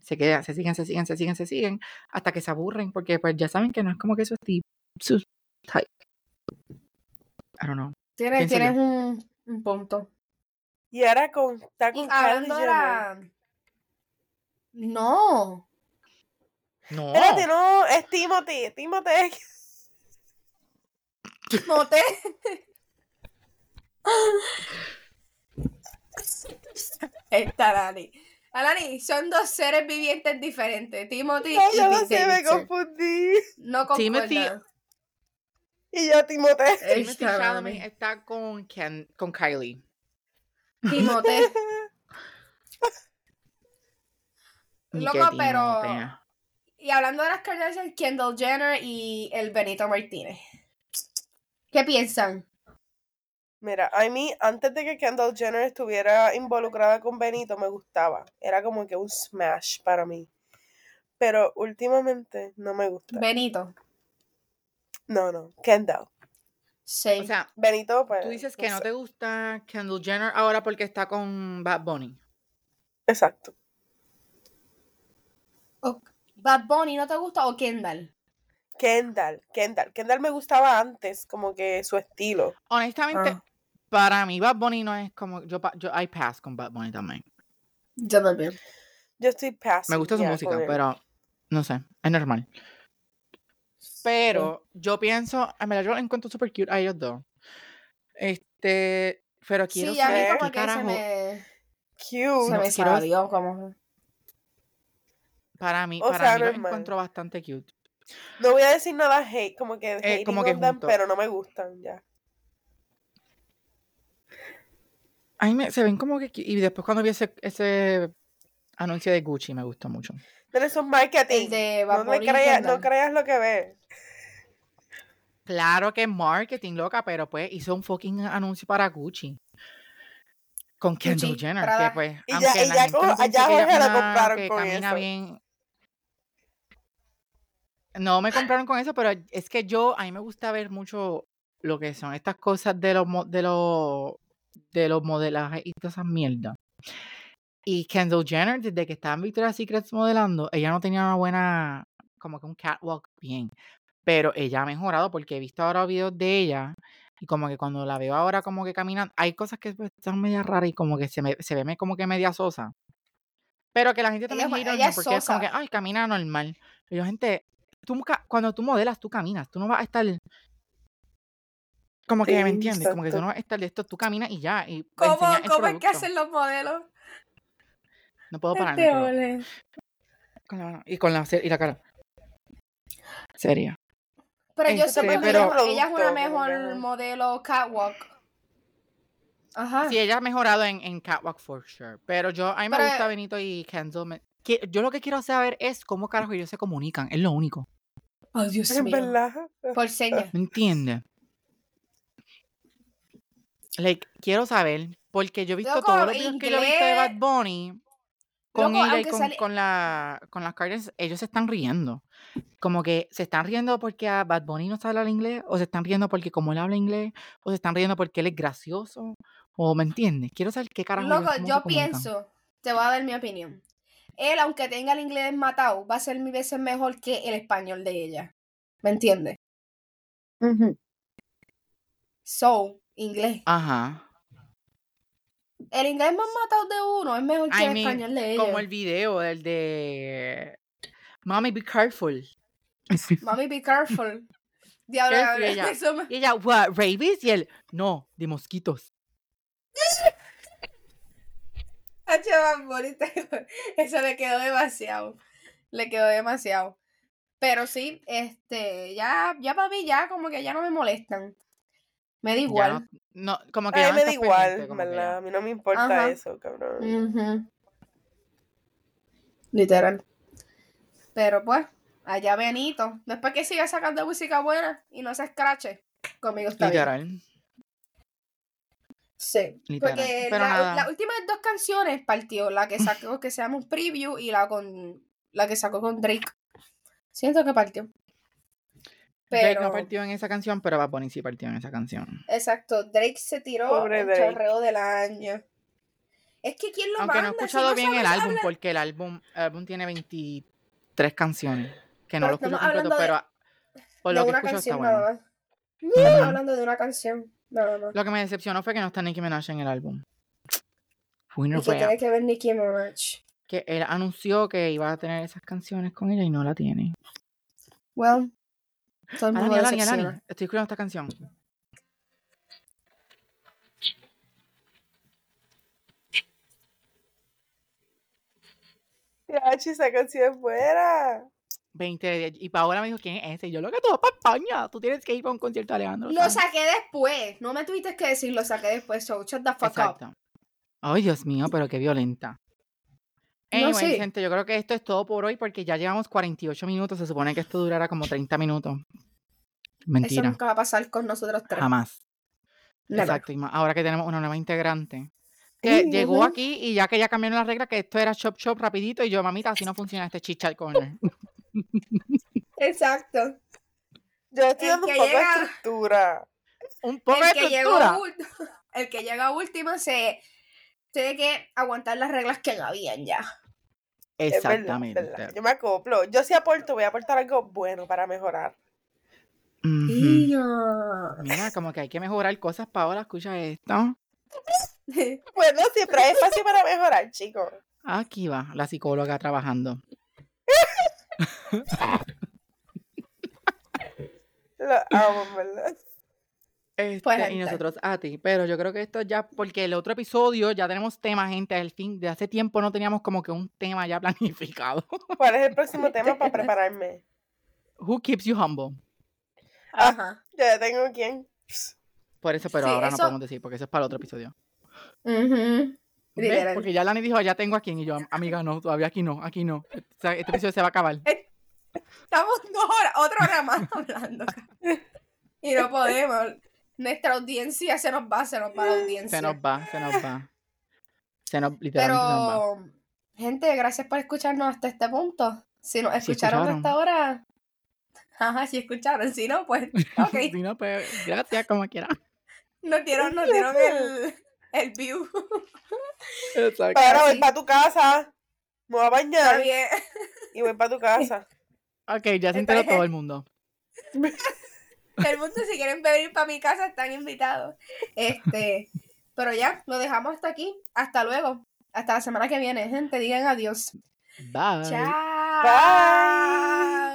B: Se quedan, se siguen, se siguen, se siguen, se siguen, hasta que se aburren porque, pues, ya saben que no es como que su tipo, su type. I don't know.
D: Tienes,
B: pienso
D: tienes
B: yo.
D: un, un punto.
C: Y ahora con, está con
D: Y
C: Kylie
D: hablando de
C: Jenner.
D: la. No.
B: No.
C: Espérate, no, es Timothy. Timothy es...
D: No te. Está Lani. Alani, Ah, son dos seres vivientes
C: (laughs)
D: diferentes. Timothy
C: No,
D: y
C: yo no
D: Pete
C: sé, me
D: Davidson.
C: confundí.
D: No Este
B: Timothy-
D: concuerdan.
C: Y yo, Timothy.
B: Timothy
D: Está
B: eh, Chalamet
D: (laughs) Lani.
B: está con, Ken- con Kylie.
D: Timothy.
B: Ni
D: Loco,
B: que
D: pero-
B: Timothea.
D: Y hablando de las Kardashian, Kendall Jenner y el Benito Martínez. ¿Qué piensan?
C: Mira, a mí, antes de que Kendall Jenner estuviera involucrada con Benito, me gustaba. Era como que un smash para mí. Pero últimamente no me gusta.
D: Benito.
C: No, no, Kendall.
D: Sí.
B: O sea,
C: Benito, pues.
B: tú dices que no
C: sé.
B: te gusta Kendall Jenner ahora porque está con Bad Bunny.
C: Exacto. Oh.
D: O- Bad Bunny no te gusta o Kendall.
C: Kendall, Kendall. Kendall me gustaba antes, como que su estilo.
B: Honestamente,
D: Ah.
B: para mí Bad Bunny no es como yo pa- yo I pass con Bad Bunny también.
D: Yo también.
C: Yo estoy pasando.
B: Me gusta su música, pero no sé, es normal. Pero yo pienso, en verdad yo los encuentro super cute a ellos dos. Este, pero quiero
D: sí, a mí
B: saber
D: como
B: qué
D: que se
B: carajo.
D: me, se
C: Cute.
B: No,
D: me
B: quiero-
D: salió como...
B: Para mí,
C: O
B: para
C: sea,
B: mí los
C: normal.
B: encuentro bastante cute.
C: No voy a decir nada hate, como que hating
B: Eh, como que
C: on them,
B: junto.
C: pero no me gustan ya.
B: A mí me- se ven como que cute, y después cuando vi ese, ese anuncio de Gucci me gustó mucho.
C: Pero eso es marketing.
D: El de
C: no,
D: vapor
C: le creas, no creas lo que ves.
B: Claro que es marketing, loca, pero pues hizo un fucking anuncio para Gucci. Con Kendall
D: Gucci,
B: Jenner,
D: Prada.
B: que pues,
C: Y ya-
B: aunque
C: y
B: la
C: ya
B: gente
C: como-
B: no piense
C: allá
B: que ella
C: Jorge la
B: es una
C: compraron
B: que
C: con
B: camina
C: eso.
B: bien. No me compraron con eso, pero es que yo, a mí me gusta ver mucho lo que son estas cosas de los, mo- de los, de los modelajes y todas esas mierdas. Y Kendall Jenner, desde que estaba en Victoria's Secret modelando, ella no tenía una buena, como que un catwalk bien. Pero ella ha mejorado porque he visto ahora videos de ella y como que cuando la veo ahora como que caminando, hay cosas que pues, están media raras y como que se, me, se ve me- como que media sosa. Pero que la gente
D: Ella
B: también
D: es bu-
B: hate on
D: ella
B: her
D: es
B: porque es como que,
D: sosa.
B: ay, camina normal. Y yo, gente, tú, nunca- cuando tú modelas, tú caminas, tú no vas a estar... Como que, ¿me
C: Sí,
B: entiendes? Como que tú
C: exacto.
B: no vas a estar de esto, tú caminas y ya. Y
D: ¿Cómo,
B: enseñas el
D: cómo es que
B: producto.
D: hacen los modelos?
B: No puedo pararme.
D: Este
B: pero-
D: ole.
B: con la mano y con la, se- y la cara. Seria.
D: Pero yo
B: Este,
D: sé que
B: pero-
D: ella, ella es una
C: Producto,
D: mejor
C: ¿verdad?
D: modelo catwalk. Ajá.
B: Sí, ella ha mejorado en, en Catwalk for sure. Pero yo, a mí me
D: Pero- eh,
B: gusta Benito y Kendall. me- que- yo lo que quiero saber es cómo carajo ellos se comunican. Es lo único.
D: Oh, Dios
C: (laughs) En verdad.
D: Por señas.
B: ¿Me entiendes? Like, quiero saber, porque yo he visto
D: Loco,
B: todos los videos que yo he visto de Bad
D: inglés.
B: Bunny con
D: Loco,
B: ella y
D: aunque
B: con,
D: sale-
B: con la, con las Kardashians, ellos se están riendo. Como que se están riendo porque a Bad Bunny no sabe hablar inglés, o se están riendo porque como él habla inglés, o se están riendo porque él es gracioso, o ¿me entiendes? Quiero saber qué carajo ellos-
D: Loco,
B: cómo se
D: yo
B: comunican.
D: pienso, te voy a dar mi opinión. Él, aunque tenga el inglés matado, va a ser mil veces mejor que el español de ella. ¿Me entiendes? So, inglés.
B: Ajás.
D: El inglés más matado de uno es mejor que
B: I
D: el
B: mean,
D: español de ella.
B: Como el video del de Mommy, be
D: (laughs)
B: careful.
D: Mami,
B: (laughs)
D: be careful. Diablo,
B: Careful,
D: Gabriel,
B: ella.
D: (laughs) eso me-
B: Y ella, what, rabies? Y él, no, de mosquitos.
D: Ah, chaval, bonita. (laughs) Eso le quedó demasiado. Le quedó demasiado. Pero sí, este, ya, ya para mí, ya como que ya no me molestan. Me da
B: Ya
D: igual.
B: No, no, como que
C: A
B: ya
C: mí
B: no
C: me da
B: estás
C: igual,
B: pendiente, como que ya.
C: ¿verdad? A mí no me importa
D: Ajá. Mm.
C: eso, cabrón.
D: Ujú. Literal. Pero pues, allá Benito. Después que siga sacando música buena y no se escrache, conmigo está bien.
B: Literal.
D: Sí.
B: Literal.
D: Porque
B: Pero
D: la-
B: nada.
D: las últimas dos canciones partió. La que sacó que se llama un preview y la con la que sacó con Drake. Siento que partió.
B: Drake
D: Pero.
B: no partió en esa canción, pero Bad Bunny sí partió en esa canción.
D: Exacto. Drake se tiró
C: Pobre
D: el
C: Drake.
D: chorreo del año. Es que quién lo
B: Aunque no
D: manda.
B: he
D: Si
B: escuchado bien el
D: sabes
B: álbum,
D: hablar-
B: porque el álbum, el álbum tiene 23 canciones. Que no
D: Pero
B: lo escucho
D: estamos
B: completo,
D: hablando de-
B: pero a- por lo
D: de
B: que
D: una
B: escucho está
D: canción
B: bueno.
D: nada más. Estamos
B: Ujú.
D: hablando de una canción nada más.
B: Lo que me decepcionó fue que no está Nicki Minaj en el álbum. Winner
D: Y que
B: fue
D: tiene que ver Nicki Minaj.
B: que él anunció que iba a tener esas canciones con ella y no la tiene.
D: Well, todo el mundo
B: Alani, Alani,
D: decepciona.
B: Alani, estoy escuchando esta canción.
C: Ya, chi, esa canción es buena.
B: 20 de 10. Y Paola me dijo, ¿quién es ese? Y yo, lo que tú vas para España. Tú tienes que ir para un concierto de Alejandro.
D: Lo
B: Sanz".
D: saqué después. No me tuviste que decir lo saqué después. So shut the fuck up.
B: Exacto. Ay, Dios mío, pero qué violenta.
D: No,
B: Anyway,
D: sí.
B: gente, yo creo que esto es todo por hoy porque ya llevamos 48 minutos. Se supone que esto durará como 30 minutos.
D: Eso
B: Mentira.
D: nunca va a pasar con nosotros tres.
B: Jamás.
D: Never.
B: Exacto. Y más ahora que tenemos una nueva integrante. Que llegó
C: ujú.
B: aquí y ya que ya cambiaron las reglas, que esto era chop chop rapidito. Y yo, mamita, así no funciona este chicha
D: (laughs)
B: corner.
D: Exacto.
C: Yo le estoy
D: El
C: dando un
D: que
C: poco
D: llega-
C: de estructura.
B: Un poco
D: El
B: de
D: que,
B: estructura.
D: llegó, ul- el que llega último se tiene que aguantar las reglas que no habían ya.
C: Es verdad, es
B: Exactamente.
C: verdad. Yo me acoplo. Yo si aporto, voy a aportar algo bueno para mejorar. (laughs)
B: Ujú.
D: Ya.
B: Mira, como que hay que mejorar cosas, Paola, escucha esto.
C: Bueno, siempre hay espacio para mejorar, chicos.
B: Aquí va la psicóloga trabajando.
C: Lo amo, en ¿verdad?
B: Este,
D: Pues,
B: y
D: gente.
B: nosotros a ti. Pero yo creo que esto ya, porque el otro episodio ya tenemos tema, gente. El fin de hace tiempo no teníamos como que un tema ya (laughs) planificado.
C: ¿Cuál es el próximo tema para prepararme?
B: Who keeps you humble?
D: (laughs) Ajá.
C: Yo ya tengo quién.
B: Por eso, pero
D: Sí,
B: ahora no
D: eso-
B: podemos decir, porque eso es para el otro episodio.
D: Ujú.
B: ¿Ves?
D: Literal.
B: Porque ya Lani dijo, ya tengo a quien. Y yo, "Am- amiga, no, todavía aquí no, aquí no. O sea, este episodio se va a acabar.
D: Estamos dos horas, otra hora más hablando. cabrón. Y no podemos. Nuestra audiencia se nos va, se nos va la audiencia.
B: Se nos va, se nos va. Se nos, literalmente se nos va.
D: Pero, gente, gracias por escucharnos hasta este punto. Si nos
B: Si
D: escucharon,
B: escucharon.
D: hasta ahora, ajá, si escucharon. Si no, pues, ok.
B: (laughs) Si no, pues, gracias, como quiera.
D: Nos dieron, nos dieron el, el view.
B: Exacto.
C: Pero voy
D: sí.
C: para tu casa. Me voy a
D: Está
C: bañar
D: bien.
C: y voy para tu casa.
B: Ok, ya se enteró todo el mundo.
D: El mundo, si quieren venir para mi casa, están invitados. Este, pero ya, lo dejamos hasta aquí. Hasta luego. Hasta la semana que viene, gente. Digan adiós.
B: Bye.
D: Chao.
C: Bye.